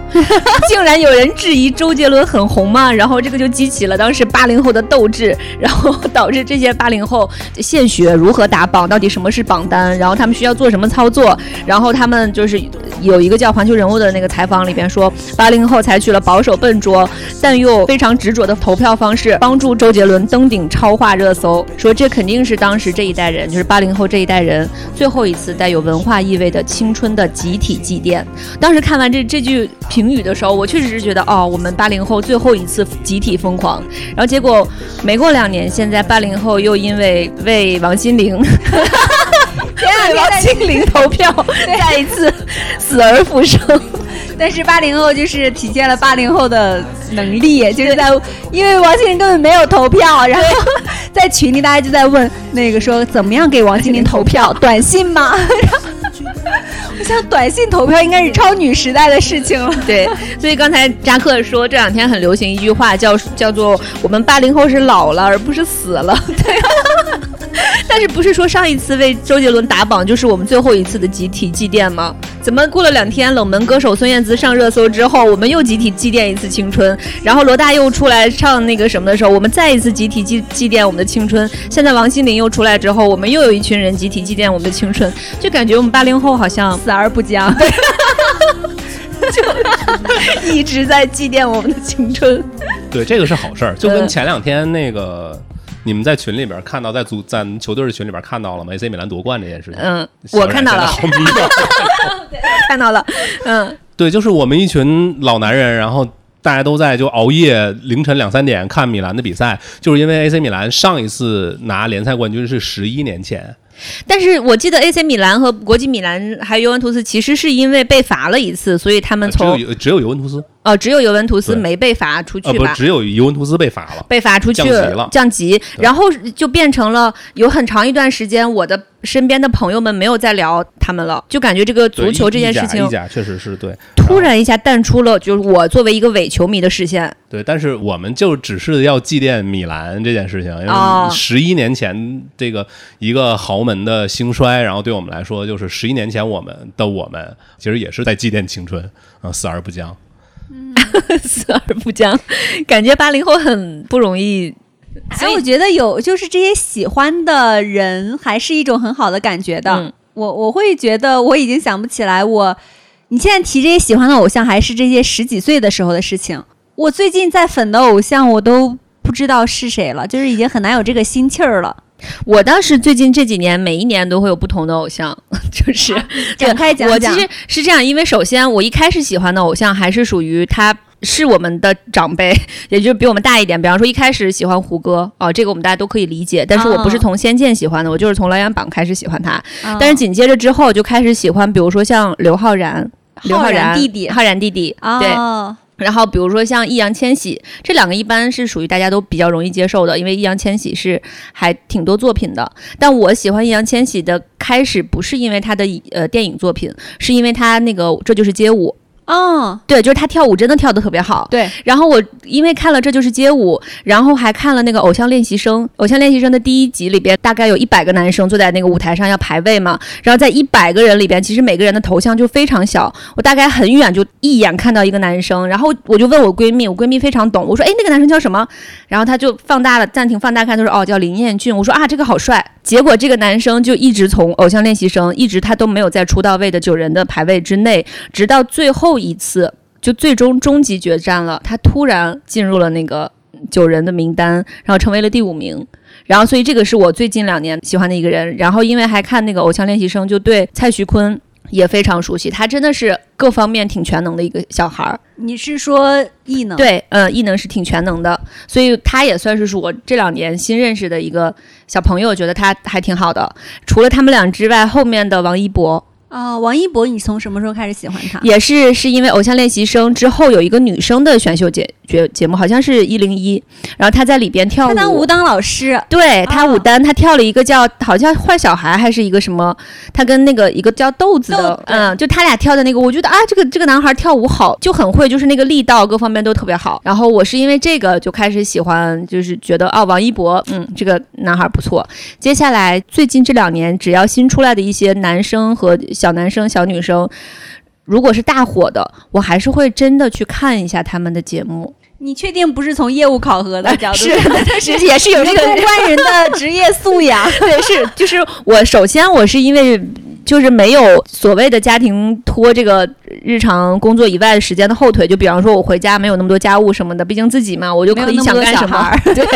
Speaker 2: 竟然有人质疑离周杰伦很红嘛，然后这个就激起了当时八零后的斗志，然后导致这些八零后现学如何打榜，到底什么是榜单，然后他们需要做什么操作，然后他们就是有一个叫环球人物的那个采访里边说，八零后采取了保守笨拙，但又非常执着的投票方式，帮助周杰伦登顶超话热搜，说这肯定是当时这一代人，就是八零后这一代人最后一次带有文化意味的青春的集体祭奠。当时看完这这句评语的时候，我确实是觉得，哦，我们八零后最后一次集体疯狂。然后结果没过两年，现在八零后又因为为王心凌，
Speaker 3: 前
Speaker 2: 为
Speaker 3: 两天
Speaker 2: 王
Speaker 3: 在
Speaker 2: 心凌投票， 再一次死而复生。
Speaker 3: 但是八零后就是体现了八零后的能力，就是在因为王心凌根本没有投票，然后 在群里大家就在问那个说怎么样给王心凌 投票，短信吗？然后我想短信投票应该是超女时代的事情了。
Speaker 2: 对，所以刚才扎克说这两天很流行一句话叫叫做“我们八零后是老了，而不是死了”。对、 但是不是说上一次为周杰伦打榜就是我们最后一次的集体祭奠吗？怎么过了两天，冷门歌手孙燕姿上热搜之后，我们又集体祭奠一次青春？然后罗大佑出来唱那个什么的时候，我们再一次集体祭祭奠我们的青春。现在王心凌又出来之后，我们又有一群人集体祭奠我们的青春，就感觉我们八零后好像死而不僵。 一直在祭奠我们的青春。
Speaker 1: 对，这个是好事儿，就
Speaker 2: 嗯
Speaker 1: 跟前两天那个。你们在群里边看到，在足咱球队的群里边看到了吗？AC 米兰夺冠这件事情，
Speaker 2: 嗯，
Speaker 1: 小
Speaker 2: 我
Speaker 1: 冉
Speaker 2: 看到
Speaker 1: 真的
Speaker 2: 了，
Speaker 1: 好迷茫。
Speaker 2: 看到了。嗯，
Speaker 1: 对，就是我们一群老男人，然后大家都在就熬夜凌晨两三点看米兰的比赛，就是因为 AC 米兰上一次拿联赛冠军是十一年前，
Speaker 2: 但是我记得 AC 米兰和国际米兰还有尤文图斯，其实是因为被罚了一次，所以他们
Speaker 1: 啊只
Speaker 2: 嗯从
Speaker 1: 有只有尤文图斯，
Speaker 2: 呃只有尤文图斯
Speaker 1: 对
Speaker 2: 没被罚出去
Speaker 1: 呃，不
Speaker 2: 吧
Speaker 1: 是，？只有尤文图斯被罚了。
Speaker 2: 被罚出去
Speaker 1: 降级了
Speaker 2: 降级，
Speaker 1: 对
Speaker 2: 然后就变成了有很长一段时间，我的身边的朋友们没有再聊他们了，就感觉这个
Speaker 1: 对
Speaker 2: 足球
Speaker 1: 意
Speaker 2: 这件
Speaker 1: 意甲
Speaker 2: 事情
Speaker 1: 意甲确实是对，啊
Speaker 2: 突然一下淡出了，就是我作为一个伪球迷的视线。
Speaker 1: 对，但是我们就只是要祭奠米兰这件事情，因
Speaker 2: 哦
Speaker 1: 为十一年前这个一个豪门的兴衰，然后对我们来说，就是十一年前我们的我们，其实也是在祭奠青春，啊、死而不僵。
Speaker 2: 死而不僵，感觉八零后很不容易。
Speaker 3: 所以我觉得有就是这些喜欢的人，还是一种很好的感觉的。
Speaker 2: 嗯
Speaker 3: 我我会觉得我已经想不起来我，你现在提这些喜欢的偶像，还是这些十几岁的时候的事情。我最近在粉的偶像，我都不知道是谁了，就是已经很难有这个心气儿了。
Speaker 2: 我倒是最近这几年每一年都会有不同的偶像， 就是 对
Speaker 3: 展开啊讲
Speaker 2: 我其
Speaker 3: 讲
Speaker 2: 实是这样，因为首先我一开始喜欢的偶像还是属于他。是我们的长辈，也就是比我们大一点。比方说，一开始喜欢胡歌啊、这个我们大家都可以理解。但是我不是
Speaker 3: 哦
Speaker 2: 从《仙剑》喜欢的，我就是从《琅琊榜》开始喜欢他。但是
Speaker 3: 嗯
Speaker 2: 紧接着之后就开始喜欢，比如说像刘昊然、刘
Speaker 3: 浩
Speaker 2: 然
Speaker 3: 然弟弟，
Speaker 2: 浩然弟弟，对，
Speaker 3: 哦，
Speaker 2: 然后比如说像易烊千玺，这两个一般是属于大家都比较容易接受的，因为易烊千玺是还挺多作品的。但我喜欢易烊千玺的开始不是因为他的呃电影作品，是因为他那个这就是街舞，
Speaker 3: 哦，
Speaker 2: 对，就是他跳舞真的跳得特别好。
Speaker 3: 对，
Speaker 2: 然后我因为看了《这就是街舞》，然后还看了那个《偶像练习生》。《偶像练习生》的第一集里边，大概有一百个男生坐在那个舞台上要排位嘛。然后在一百个人里边，其实每个人的头像就非常小。我大概很远就一眼看到一个男生，然后我就问我闺蜜，我闺蜜非常懂，我说：“哎，那个男生叫什么？”然后她就放大了，暂停放大看，她说：“哦，叫林彦俊。”我说：“啊，这个好帅。”结果这个男生就一直从《偶像练习生》一直他都没有在出道位的九人的排位之内，直到最后一次就最终终极决战了，他突然进入了那个九人的名单，然后成为了第五名。然后，所以这个是我最近两年喜欢的一个人。然后，因为还看那个《偶像练习生》，就对蔡徐坤也非常熟悉。他真的是各方面挺全能的一个小孩儿。
Speaker 3: 你是说异能？，
Speaker 2: 对，嗯，异能是挺全能的，所以他也算是是我这两年新认识的一个小朋友，觉得他还挺好的。除了他们俩之外，后面的王一博，
Speaker 3: 哦，王一博，你从什么时候开始喜欢他？
Speaker 2: 也是是因为《偶像练习生》之后有一个女生的选秀节节节目，好像是一零一，然后她在里边跳舞，
Speaker 3: 他当舞蹈老师，
Speaker 2: 对她
Speaker 3: 啊
Speaker 2: 舞担，她跳了一个叫好像坏小孩还是一个什么，她跟那个一个叫豆子
Speaker 3: 豆
Speaker 2: 的
Speaker 3: 子，
Speaker 2: 嗯，就他俩跳的那个，我觉得啊，这个这个男孩跳舞好，就很会，就是那个力道各方面都特别好。然后我是因为这个就开始喜欢，就是觉得哦，王一博，嗯，这个男孩不错。接下来最近这两年，只要新出来的一些男生和小男生、小女生。如果是大火的，我还是会真的去看一下他们的节目。
Speaker 3: 你确定不是从业务考核的角度？
Speaker 2: 哎是， 是也是有这
Speaker 3: 公
Speaker 2: 个
Speaker 3: 关人的职业素养。
Speaker 2: 对，是就是我首先我是因为就是没有所谓的家庭拖这个日常工作以外的时间的后腿，就比方说我回家没有那么多家务什么的，毕竟自己嘛，我就可以想干什么， 对，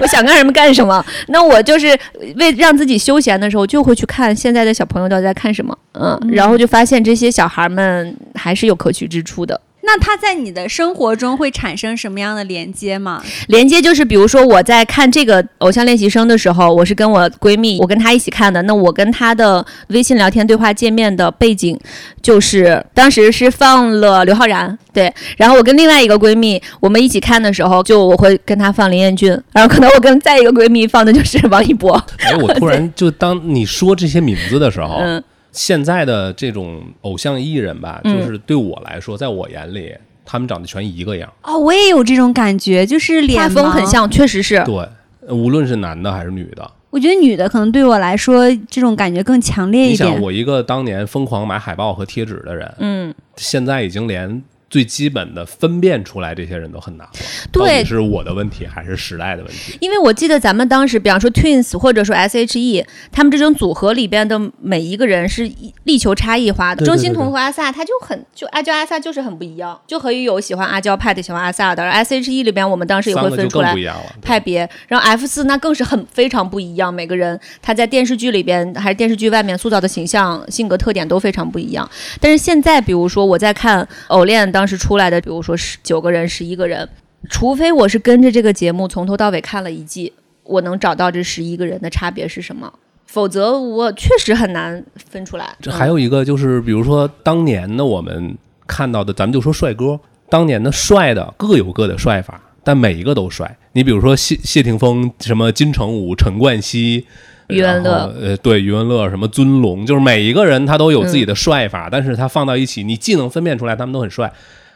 Speaker 2: 我想干什么干什么。那我就是为让自己休闲的时候，就会去看现在的小朋友到底在看什么，嗯，然后就发现这些小孩们还是有可取之处的。
Speaker 3: 那他在你的生活中会产生什么样的连接吗？
Speaker 2: 连接就是，比如说我在看这个《偶像练习生》的时候，我是跟我闺蜜，我跟她一起看的。那我跟她的微信聊天对话界面的背景，就是当时是放了刘昊然，对。然后我跟另外一个闺蜜，我们一起看的时候，就我会跟她放林彦俊，然后可能我跟再一个闺蜜放的就是王一博。
Speaker 1: 哎，我突 然就当你说这些名字的时候，
Speaker 2: 嗯
Speaker 1: 现在的这种偶像艺人吧，就是对我来说，在我眼里，他们长得全一个样。
Speaker 3: 哦，我也有这种感觉，就是脸
Speaker 2: 画风很
Speaker 3: 盲。
Speaker 2: 像，确实是。
Speaker 1: 对，无论是男的还是女的，
Speaker 3: 我觉得女的可能对我来说这种感觉更强烈
Speaker 1: 你
Speaker 3: 一
Speaker 1: 想，
Speaker 3: 点。
Speaker 1: 我一个当年疯狂买海报和贴纸的人，
Speaker 2: 嗯，
Speaker 1: 现在已经连最基本的分辨出来这些人都很难了。
Speaker 2: 对
Speaker 1: 到底是我的问题还是时代的问题？
Speaker 2: 因为我记得咱们当时，比方说 Twins 或者说 S.H.E，他们这种组合里边的每一个人是一力求差异化
Speaker 1: 对
Speaker 2: 的。
Speaker 1: 对
Speaker 2: 钟
Speaker 1: 对
Speaker 2: 欣
Speaker 1: 对
Speaker 2: 桐和阿萨，他就很就阿娇阿萨就是很不一样。就何雨有喜欢阿娇派的，喜欢阿萨的。而 S.H.E 里边，我们当时也
Speaker 1: 三
Speaker 2: 会
Speaker 1: 个
Speaker 2: 分
Speaker 1: 就
Speaker 2: 出
Speaker 1: 更
Speaker 2: 来
Speaker 1: 不一样了。
Speaker 2: 派别，然后 F 四那更是很非常不一样，每个人他在电视剧里边还是电视剧外面塑造的形象、性格特点都非常不一样。但是现在，比如说我在看《偶恋》当时出来的，比如说十九个人、十一个人，除非我是跟着这个节目从头到尾看了一季，我能找到这十一个人的差别是什么，否则我确实很难分出来。
Speaker 1: 这还有一个就是，比如说当年的我们看到的，咱们就说帅哥，当年的帅的各有各的帅法，但每一个都帅。你比如说谢谢霆锋、什么金城武、陈冠希。
Speaker 2: 余文乐
Speaker 1: 然后，呃，对，余文乐，什么尊龙，就是每一个人他都有自己的帅法，但是他放到一起，你既能分辨出来他们都很帅，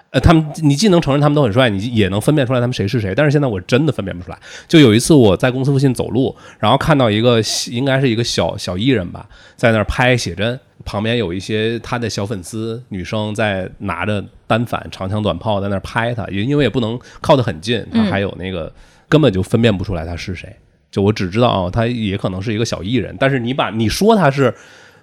Speaker 1: 呃，他们你既能承认他们都很帅，你也能分辨出来他们谁是谁。但是现在我真的分辨不出来。就有一次我在公司附近走路，然后看到一个应该是一个小小艺人吧，在那儿拍写真，旁边有一些他的小粉丝女生在拿着单反长枪短炮在那儿拍他，也因为也不能靠得很近，他还有那个、根本就分辨不出来他是谁。就我只知道啊，他也可能是一个小艺人，但是你把你说他是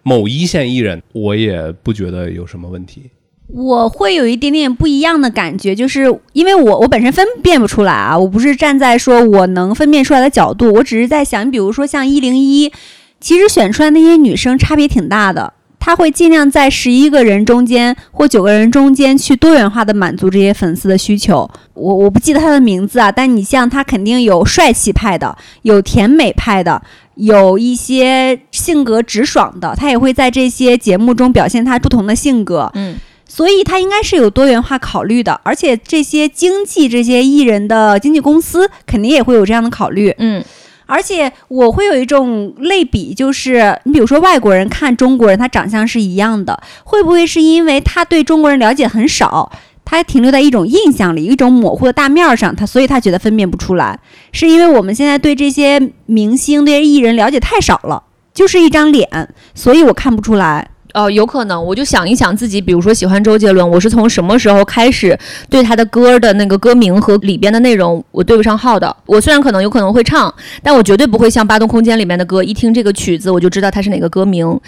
Speaker 1: 某一线艺人，我也不觉得有什么问题。
Speaker 3: 我会有一点点不一样的感觉，就是因为我我本身分辨不出来啊，我不是站在说我能分辨出来的角度，我只是在想，比如说像一零一，其实选出来那些女生差别挺大的，她会尽量在十一个人中间或九个人中间去多元化的满足这些粉丝的需求。我我不记得她的名字啊，但你像她肯定有帅气派的，有甜美派的。有一些性格直爽的，她也会在这些节目中表现她不同的性格。
Speaker 2: 嗯，
Speaker 3: 所以它应该是有多元化考虑的，而且这些经纪、这些艺人的经纪公司肯定也会有这样的考虑。
Speaker 2: 嗯
Speaker 3: 而且我会有一种类比，就是嗯你比如说外国人看中国人，他长相是一样的，会不会是因为他对中国人了解很少，他停留在一种印象里、一种模糊的大面儿上，他所以他觉得分辨不出来，是因为我们现在对这些明星、对艺人了解太少了，就是一张脸，所以我看不出来。
Speaker 2: 哦，有可能，我就想一想自己，比如说喜欢周杰伦，我是从什么时候开始对他的歌的那个歌名和里边的内容我对不上号的？我虽然可能有可能会唱，但我绝对不会像《八度空间》里面的歌，一听这个曲子我就知道它是哪个歌名。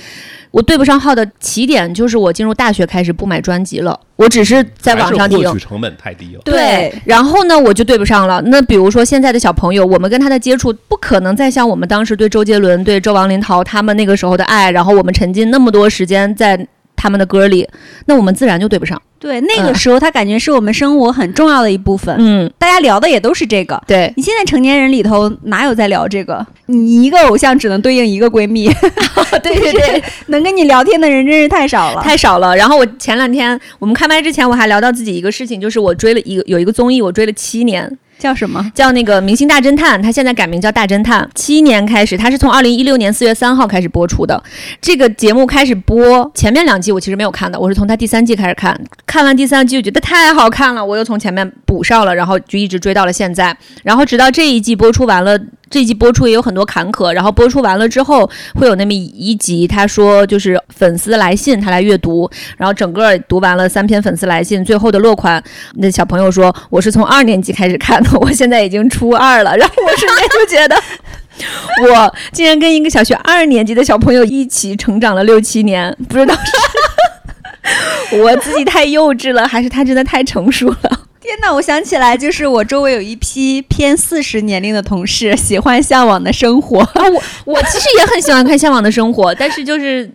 Speaker 2: 我对不上号的起点就是我进入大学开始不买专辑了，我只是在网上
Speaker 1: 还是
Speaker 2: 听
Speaker 1: 获。取成本太低了。
Speaker 2: 对
Speaker 3: 对，
Speaker 2: 然后呢，我就对不上了。那比如说现在的小朋友，我们跟他的接触，不可能再像我们当时对周杰伦、对周王林涛他们那个时候的爱，然后我们沉浸那么多时间在他们的歌里， 那我们自然就对不 上。
Speaker 3: 对，那
Speaker 2: 嗯
Speaker 3: 个时候他感觉是我们生活很重要的一部分。
Speaker 2: 嗯，
Speaker 3: 大家聊的也都是这个。
Speaker 2: 对，
Speaker 3: 你现在成年人里头哪有在聊这个？你一个偶像只能对应一个闺蜜，
Speaker 2: 对对 对，
Speaker 3: 能跟你聊天的人真是太少了。
Speaker 2: 太少了。然后我前两天我们开麦之前，我还聊到自己一个事情，就是我追了一个有一个综艺，我追了七年，
Speaker 3: 叫什么？
Speaker 2: 叫那个《明星大侦探》，它现在改名叫《大侦探》。七年开始，它是从二零一六年四月三号开始播出的。这个节目开始播，前面两季我其实没有看的，我是从它第三季开始看。看完第三季，我觉得太好看了，我又从前面补上了，然后就一直追到了现在。然后直到这一季播出完了。这一集播出也有很多坎坷，然后播出完了之后会有那么一集，他说就是粉丝来信，他来阅读，然后整个读完了三篇粉丝来信，最后的落款，那小朋友说我是从二年级开始看的，我现在已经初二了，然后我瞬间就觉得。我竟然跟一个小学二年级的小朋友一起成长了六七年，不知道是我自己太幼稚了，还是他真的太成熟了。
Speaker 3: 天哪！我想起来，就是我周围有一批偏四十年龄的同事，喜欢向往的生活。
Speaker 2: 啊，我我其实也很喜欢看《向往的生活》，但是就是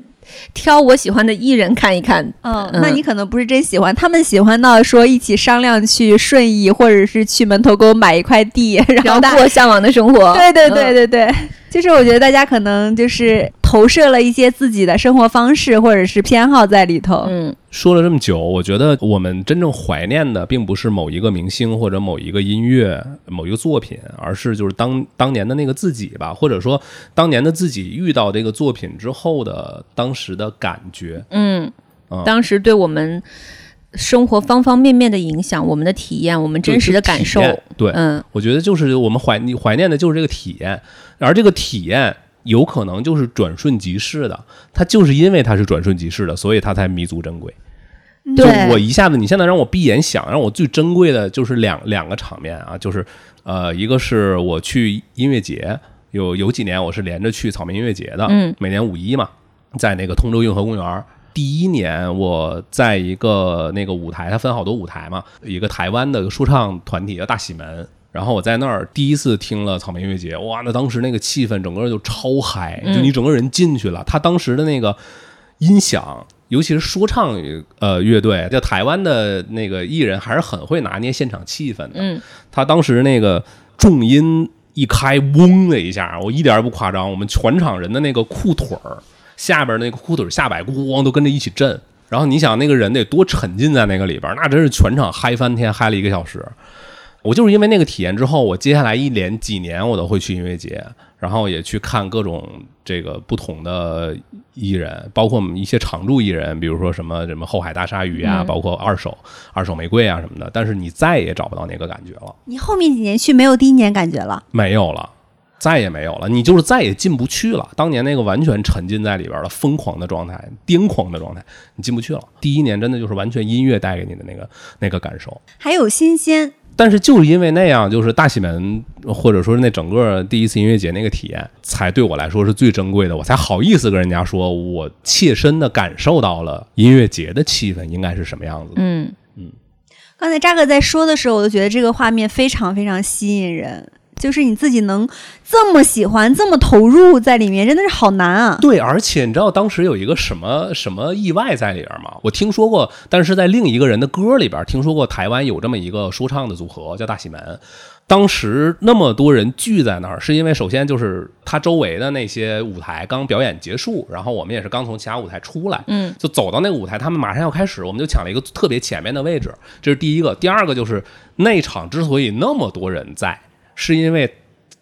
Speaker 2: 挑我喜欢的艺人看一看。
Speaker 3: 嗯，那你可能不是真喜欢，他们喜欢到说一起商量去顺义，或者是去门头沟买一块地，然
Speaker 2: 然
Speaker 3: 后
Speaker 2: 后
Speaker 3: 大
Speaker 2: 过向往的生 活。
Speaker 3: 对对对
Speaker 2: 嗯
Speaker 3: 对对，就是我觉得大家可能就是投射了一些自己的生活方式或者是偏好在里头。
Speaker 2: 嗯，
Speaker 1: 说了这么久，我觉得我们真正怀念的，并不是某一个明星或者某一个音乐、某一个作品，而是就是当当年的那个自己吧，或者说当年的自己遇到这个作品之后的当时的感觉。
Speaker 2: 嗯当时对我们生活方方面面的影响，我们的体验，我们真实的感受
Speaker 1: 就。是体验对
Speaker 2: 嗯，
Speaker 1: 我觉得就是我们怀你怀念的就是这个体验，而这个体验有可能就是转瞬即逝的，它就是因为它是转瞬即逝的，所以它才弥足珍贵。就我
Speaker 2: 对，
Speaker 1: 一下子，你现在让我闭眼想，让我最珍贵的就是两两个场面啊，就是呃，一个是我去音乐节，有有几年我是连着去草莓音乐节的，
Speaker 2: 嗯，
Speaker 1: 每年五一嘛，在那个通州运河公园儿。第一年我在一个那个舞台，它分好多舞台嘛，一个台湾的说唱团体叫大喜门。然后我在那儿第一次听了草莓音乐节，哇，那当时那个气氛整个就超嗨，就你整个人进去了。他当时的那个音响，尤其是说唱呃乐队，就台湾的那个艺人还是很会拿捏现场气氛的。
Speaker 2: 嗯，
Speaker 1: 他当时那个重音一开，嗡的一下，我一点儿也不夸张，我们全场人的那个裤腿儿下边那个裤腿儿下摆咣都跟着一起震。然后你想那个人得多沉浸在那个里边儿，那真是全场嗨翻天，嗨了一个小时。我就是因为那个体验之后，我接下来一连几年我都会去音乐节，然后也去看各种这个不同的艺人，包括我们一些常驻艺人，比如说什么什么后海大鲨鱼啊，包括二手二手玫瑰啊什么的。但是你再也找不到那个感觉了，
Speaker 3: 你后面几年去没有第一年感觉了，
Speaker 1: 没有了，再也没有了，你就是再也进不去了。当年那个完全沉浸在里边了，疯狂的状态，癫狂的状态，你进不去了。第一年真的就是完全音乐带给你的那个那个感受。
Speaker 3: 还有新鲜。
Speaker 1: 但是就是因为那样，就是大喜门或者说是那整个第一次音乐节那个体验，才对我来说是最珍贵的，我才好意思跟人家说，我切身的感受到了音乐节的气氛应该是什么样子的。
Speaker 2: 嗯，
Speaker 3: 刚才扎克在说的时候，我就觉得这个画面非常非常吸引人，就是你自己能这么喜欢、这么投入在里面，真的是好难 啊！
Speaker 1: 对，而且你知道当时有一个什么什么意外在里边吗？我听说过，但是在另一个人的歌里边听说过，台湾有这么一个说唱的组合叫大喜门。当时那么多人聚在那儿，是因为首先就是他周围的那些舞台刚表演结束，然后我们也是刚从其他舞台出来，嗯，就走到那个舞台，他们马上要开始，我们就抢了一个特别前面的位置，这是第一个。第二个就是那场之所以那么多人在，是因为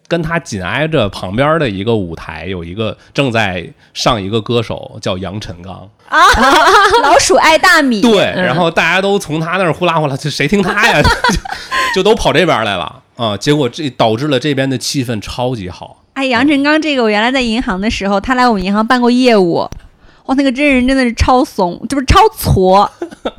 Speaker 1: 跟他紧挨着旁边的一个舞台有一个正在上一个歌手叫杨晨刚，
Speaker 3: 老鼠爱大
Speaker 2: 嗯
Speaker 3: 米，
Speaker 1: 对，然后大家都从他那儿呼啦呼啦，这谁听他呀？就 就都跑这边来了啊！结果这导致了这边的气氛超级好，
Speaker 3: 哎，杨晨刚这个，我原来在银行的时候，他来我们银行办过业务。哇，那个真人真的是超怂，这不是超矬。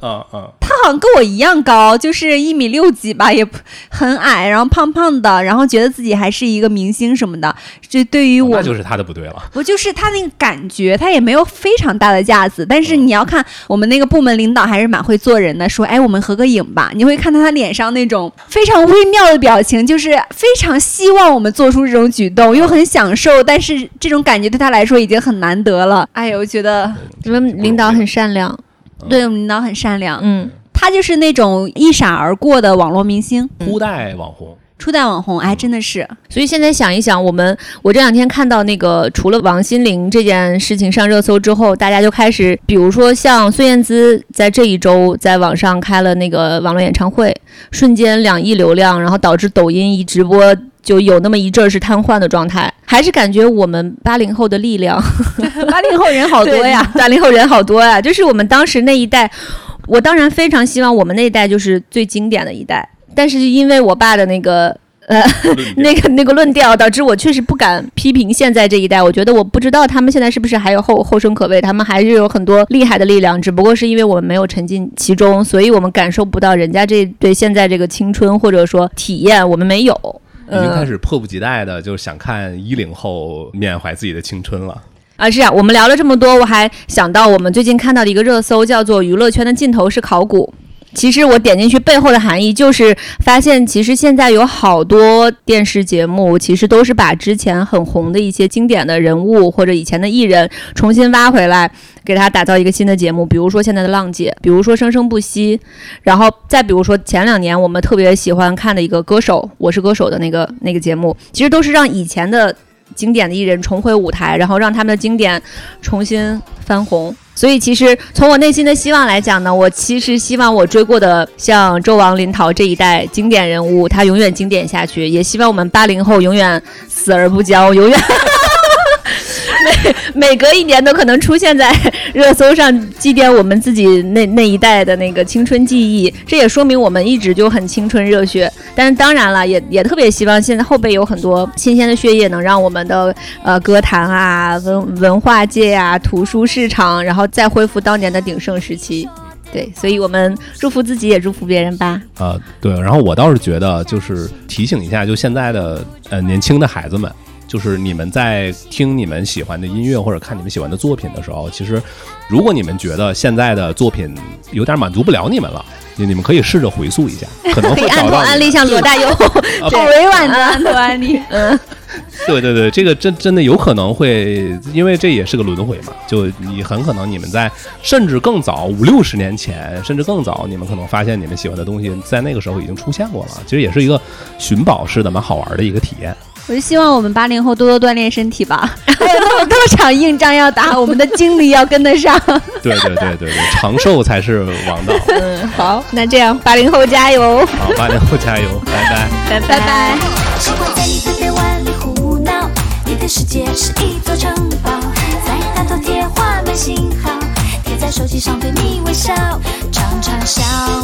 Speaker 1: 嗯嗯，
Speaker 3: 他好像跟我一样高，就是一米六几吧，也不很矮，然后胖胖的，然后觉得自己还是一个明星什么的。这对于我
Speaker 1: 哦那就是他的不对了。
Speaker 3: 不就是他那个感觉，他也没有非常大的架子，
Speaker 1: 嗯
Speaker 3: 但是你要看我们那个部门领导还是蛮会做人的，说哎，我们合个影吧。你会看到他脸上那种非常微妙的表情，就是非常希望我们做出这种举动，又很享受，但是这种感觉对他来说已经很难得了。哎呦，我觉得
Speaker 2: 你们领导很善良。
Speaker 3: 对我们领导很善良，
Speaker 2: 嗯，
Speaker 3: 他就是那种一闪而过的网络明星，
Speaker 1: 初代网红，
Speaker 3: 初代网红，哎，真的是
Speaker 2: 所以现在想一想，我们我这两天看到那个，除了王心凌这件事情上热搜之后，大家就开始，比如说像孙燕姿在这一周在网上开了那个网络演唱会，瞬间两亿流量，然后导致抖音一直播就有那么一阵儿是瘫痪的状态，还是感觉我们八零后的力量
Speaker 3: 八零后人好多呀。，
Speaker 2: 八零后人好多呀，就是我们当时那一代，我当然非常希望我们那一代就是最经典的一代，但是因为我爸的那个。呃，
Speaker 1: 论点
Speaker 2: 那个那个论调，导致我确实不敢批评现在这一代。我觉得我不知道他们现在是不是还有后后生可畏，他们还是有很多厉害的力量，只不过是因为我们没有沉浸其中，所以我们感受不到人家这对现在这个青春或者说体验，我们没有。
Speaker 1: 已经开
Speaker 2: 嗯
Speaker 1: 始迫不及待的就想看一零后缅怀自己的青春了。
Speaker 2: 啊，是啊，我们聊了这么多，我还想到我们最近看到的一个热搜，叫做“娱乐圈的尽头是考古”。其实我点进去背后的含义，就是发现其实现在有好多电视节目，其实都是把之前很红的一些经典的人物或者以前的艺人重新挖回来，给他打造一个新的节目。比如说现在的《浪姐》，比如说《生生不息》，然后再比如说前两年我们特别喜欢看的一个歌手《我是歌手》的那个那个节目，其实都是让以前的经典的艺人重回舞台，然后让他们的经典重新翻红。所以，其实从我内心的希望来讲呢，我其实希望我追过的像周王、林桃这一代经典人物，他永远经典下去。也希望我们八零后永远死而不僵，永远 每每隔一年都可能出现在热搜上，祭奠我们自己那那一代的那个青春记忆。这也说明我们一直就很青春热血。但是当然了，也也特别希望现在后辈有很多新鲜的血液，能让我们的呃歌坛啊、文文化界啊、图书市场，然后再恢复当年的鼎盛时期。对，所以我们祝福自己，也祝福别人吧。
Speaker 1: 啊，对，然后我倒是觉得，就是提醒一下，就现在的呃年轻的孩子们，就是你们在听你们喜欢的音乐或者看你们喜欢的作品的时候，其实如果你们觉得现在的作品有点满足不了你们了，你你们可以试着回溯一下，可能
Speaker 2: 可
Speaker 1: 会
Speaker 2: 以按
Speaker 1: 找
Speaker 2: 头
Speaker 1: 到
Speaker 2: 安
Speaker 1: 你
Speaker 2: 利，
Speaker 1: 们
Speaker 2: 像罗大佑，
Speaker 3: 好委婉的安德安利。
Speaker 1: 对对对，这个真真的有可能会，因为这也是个轮回嘛，就你很可能你们在甚至更早五六十年前，甚至更早，你们可能发现你们喜欢的东西在那个时候已经出现过了，其实也是一个寻宝式的蛮好玩的一个体验。
Speaker 3: 我就希望我们八零后多多锻炼身体吧，还有那么多场硬仗要打，我们的精力要跟得上。
Speaker 1: 对对对对对，长寿才是王道。
Speaker 2: 嗯，好，那这样八零后加油，
Speaker 1: 好，八零后加油，拜拜。
Speaker 2: 拜
Speaker 3: 拜拜。
Speaker 4: 生活在你的臂弯里胡闹，你的世界是一座城堡，在那头贴画满信号，贴在手机上对你微笑，常常笑。哦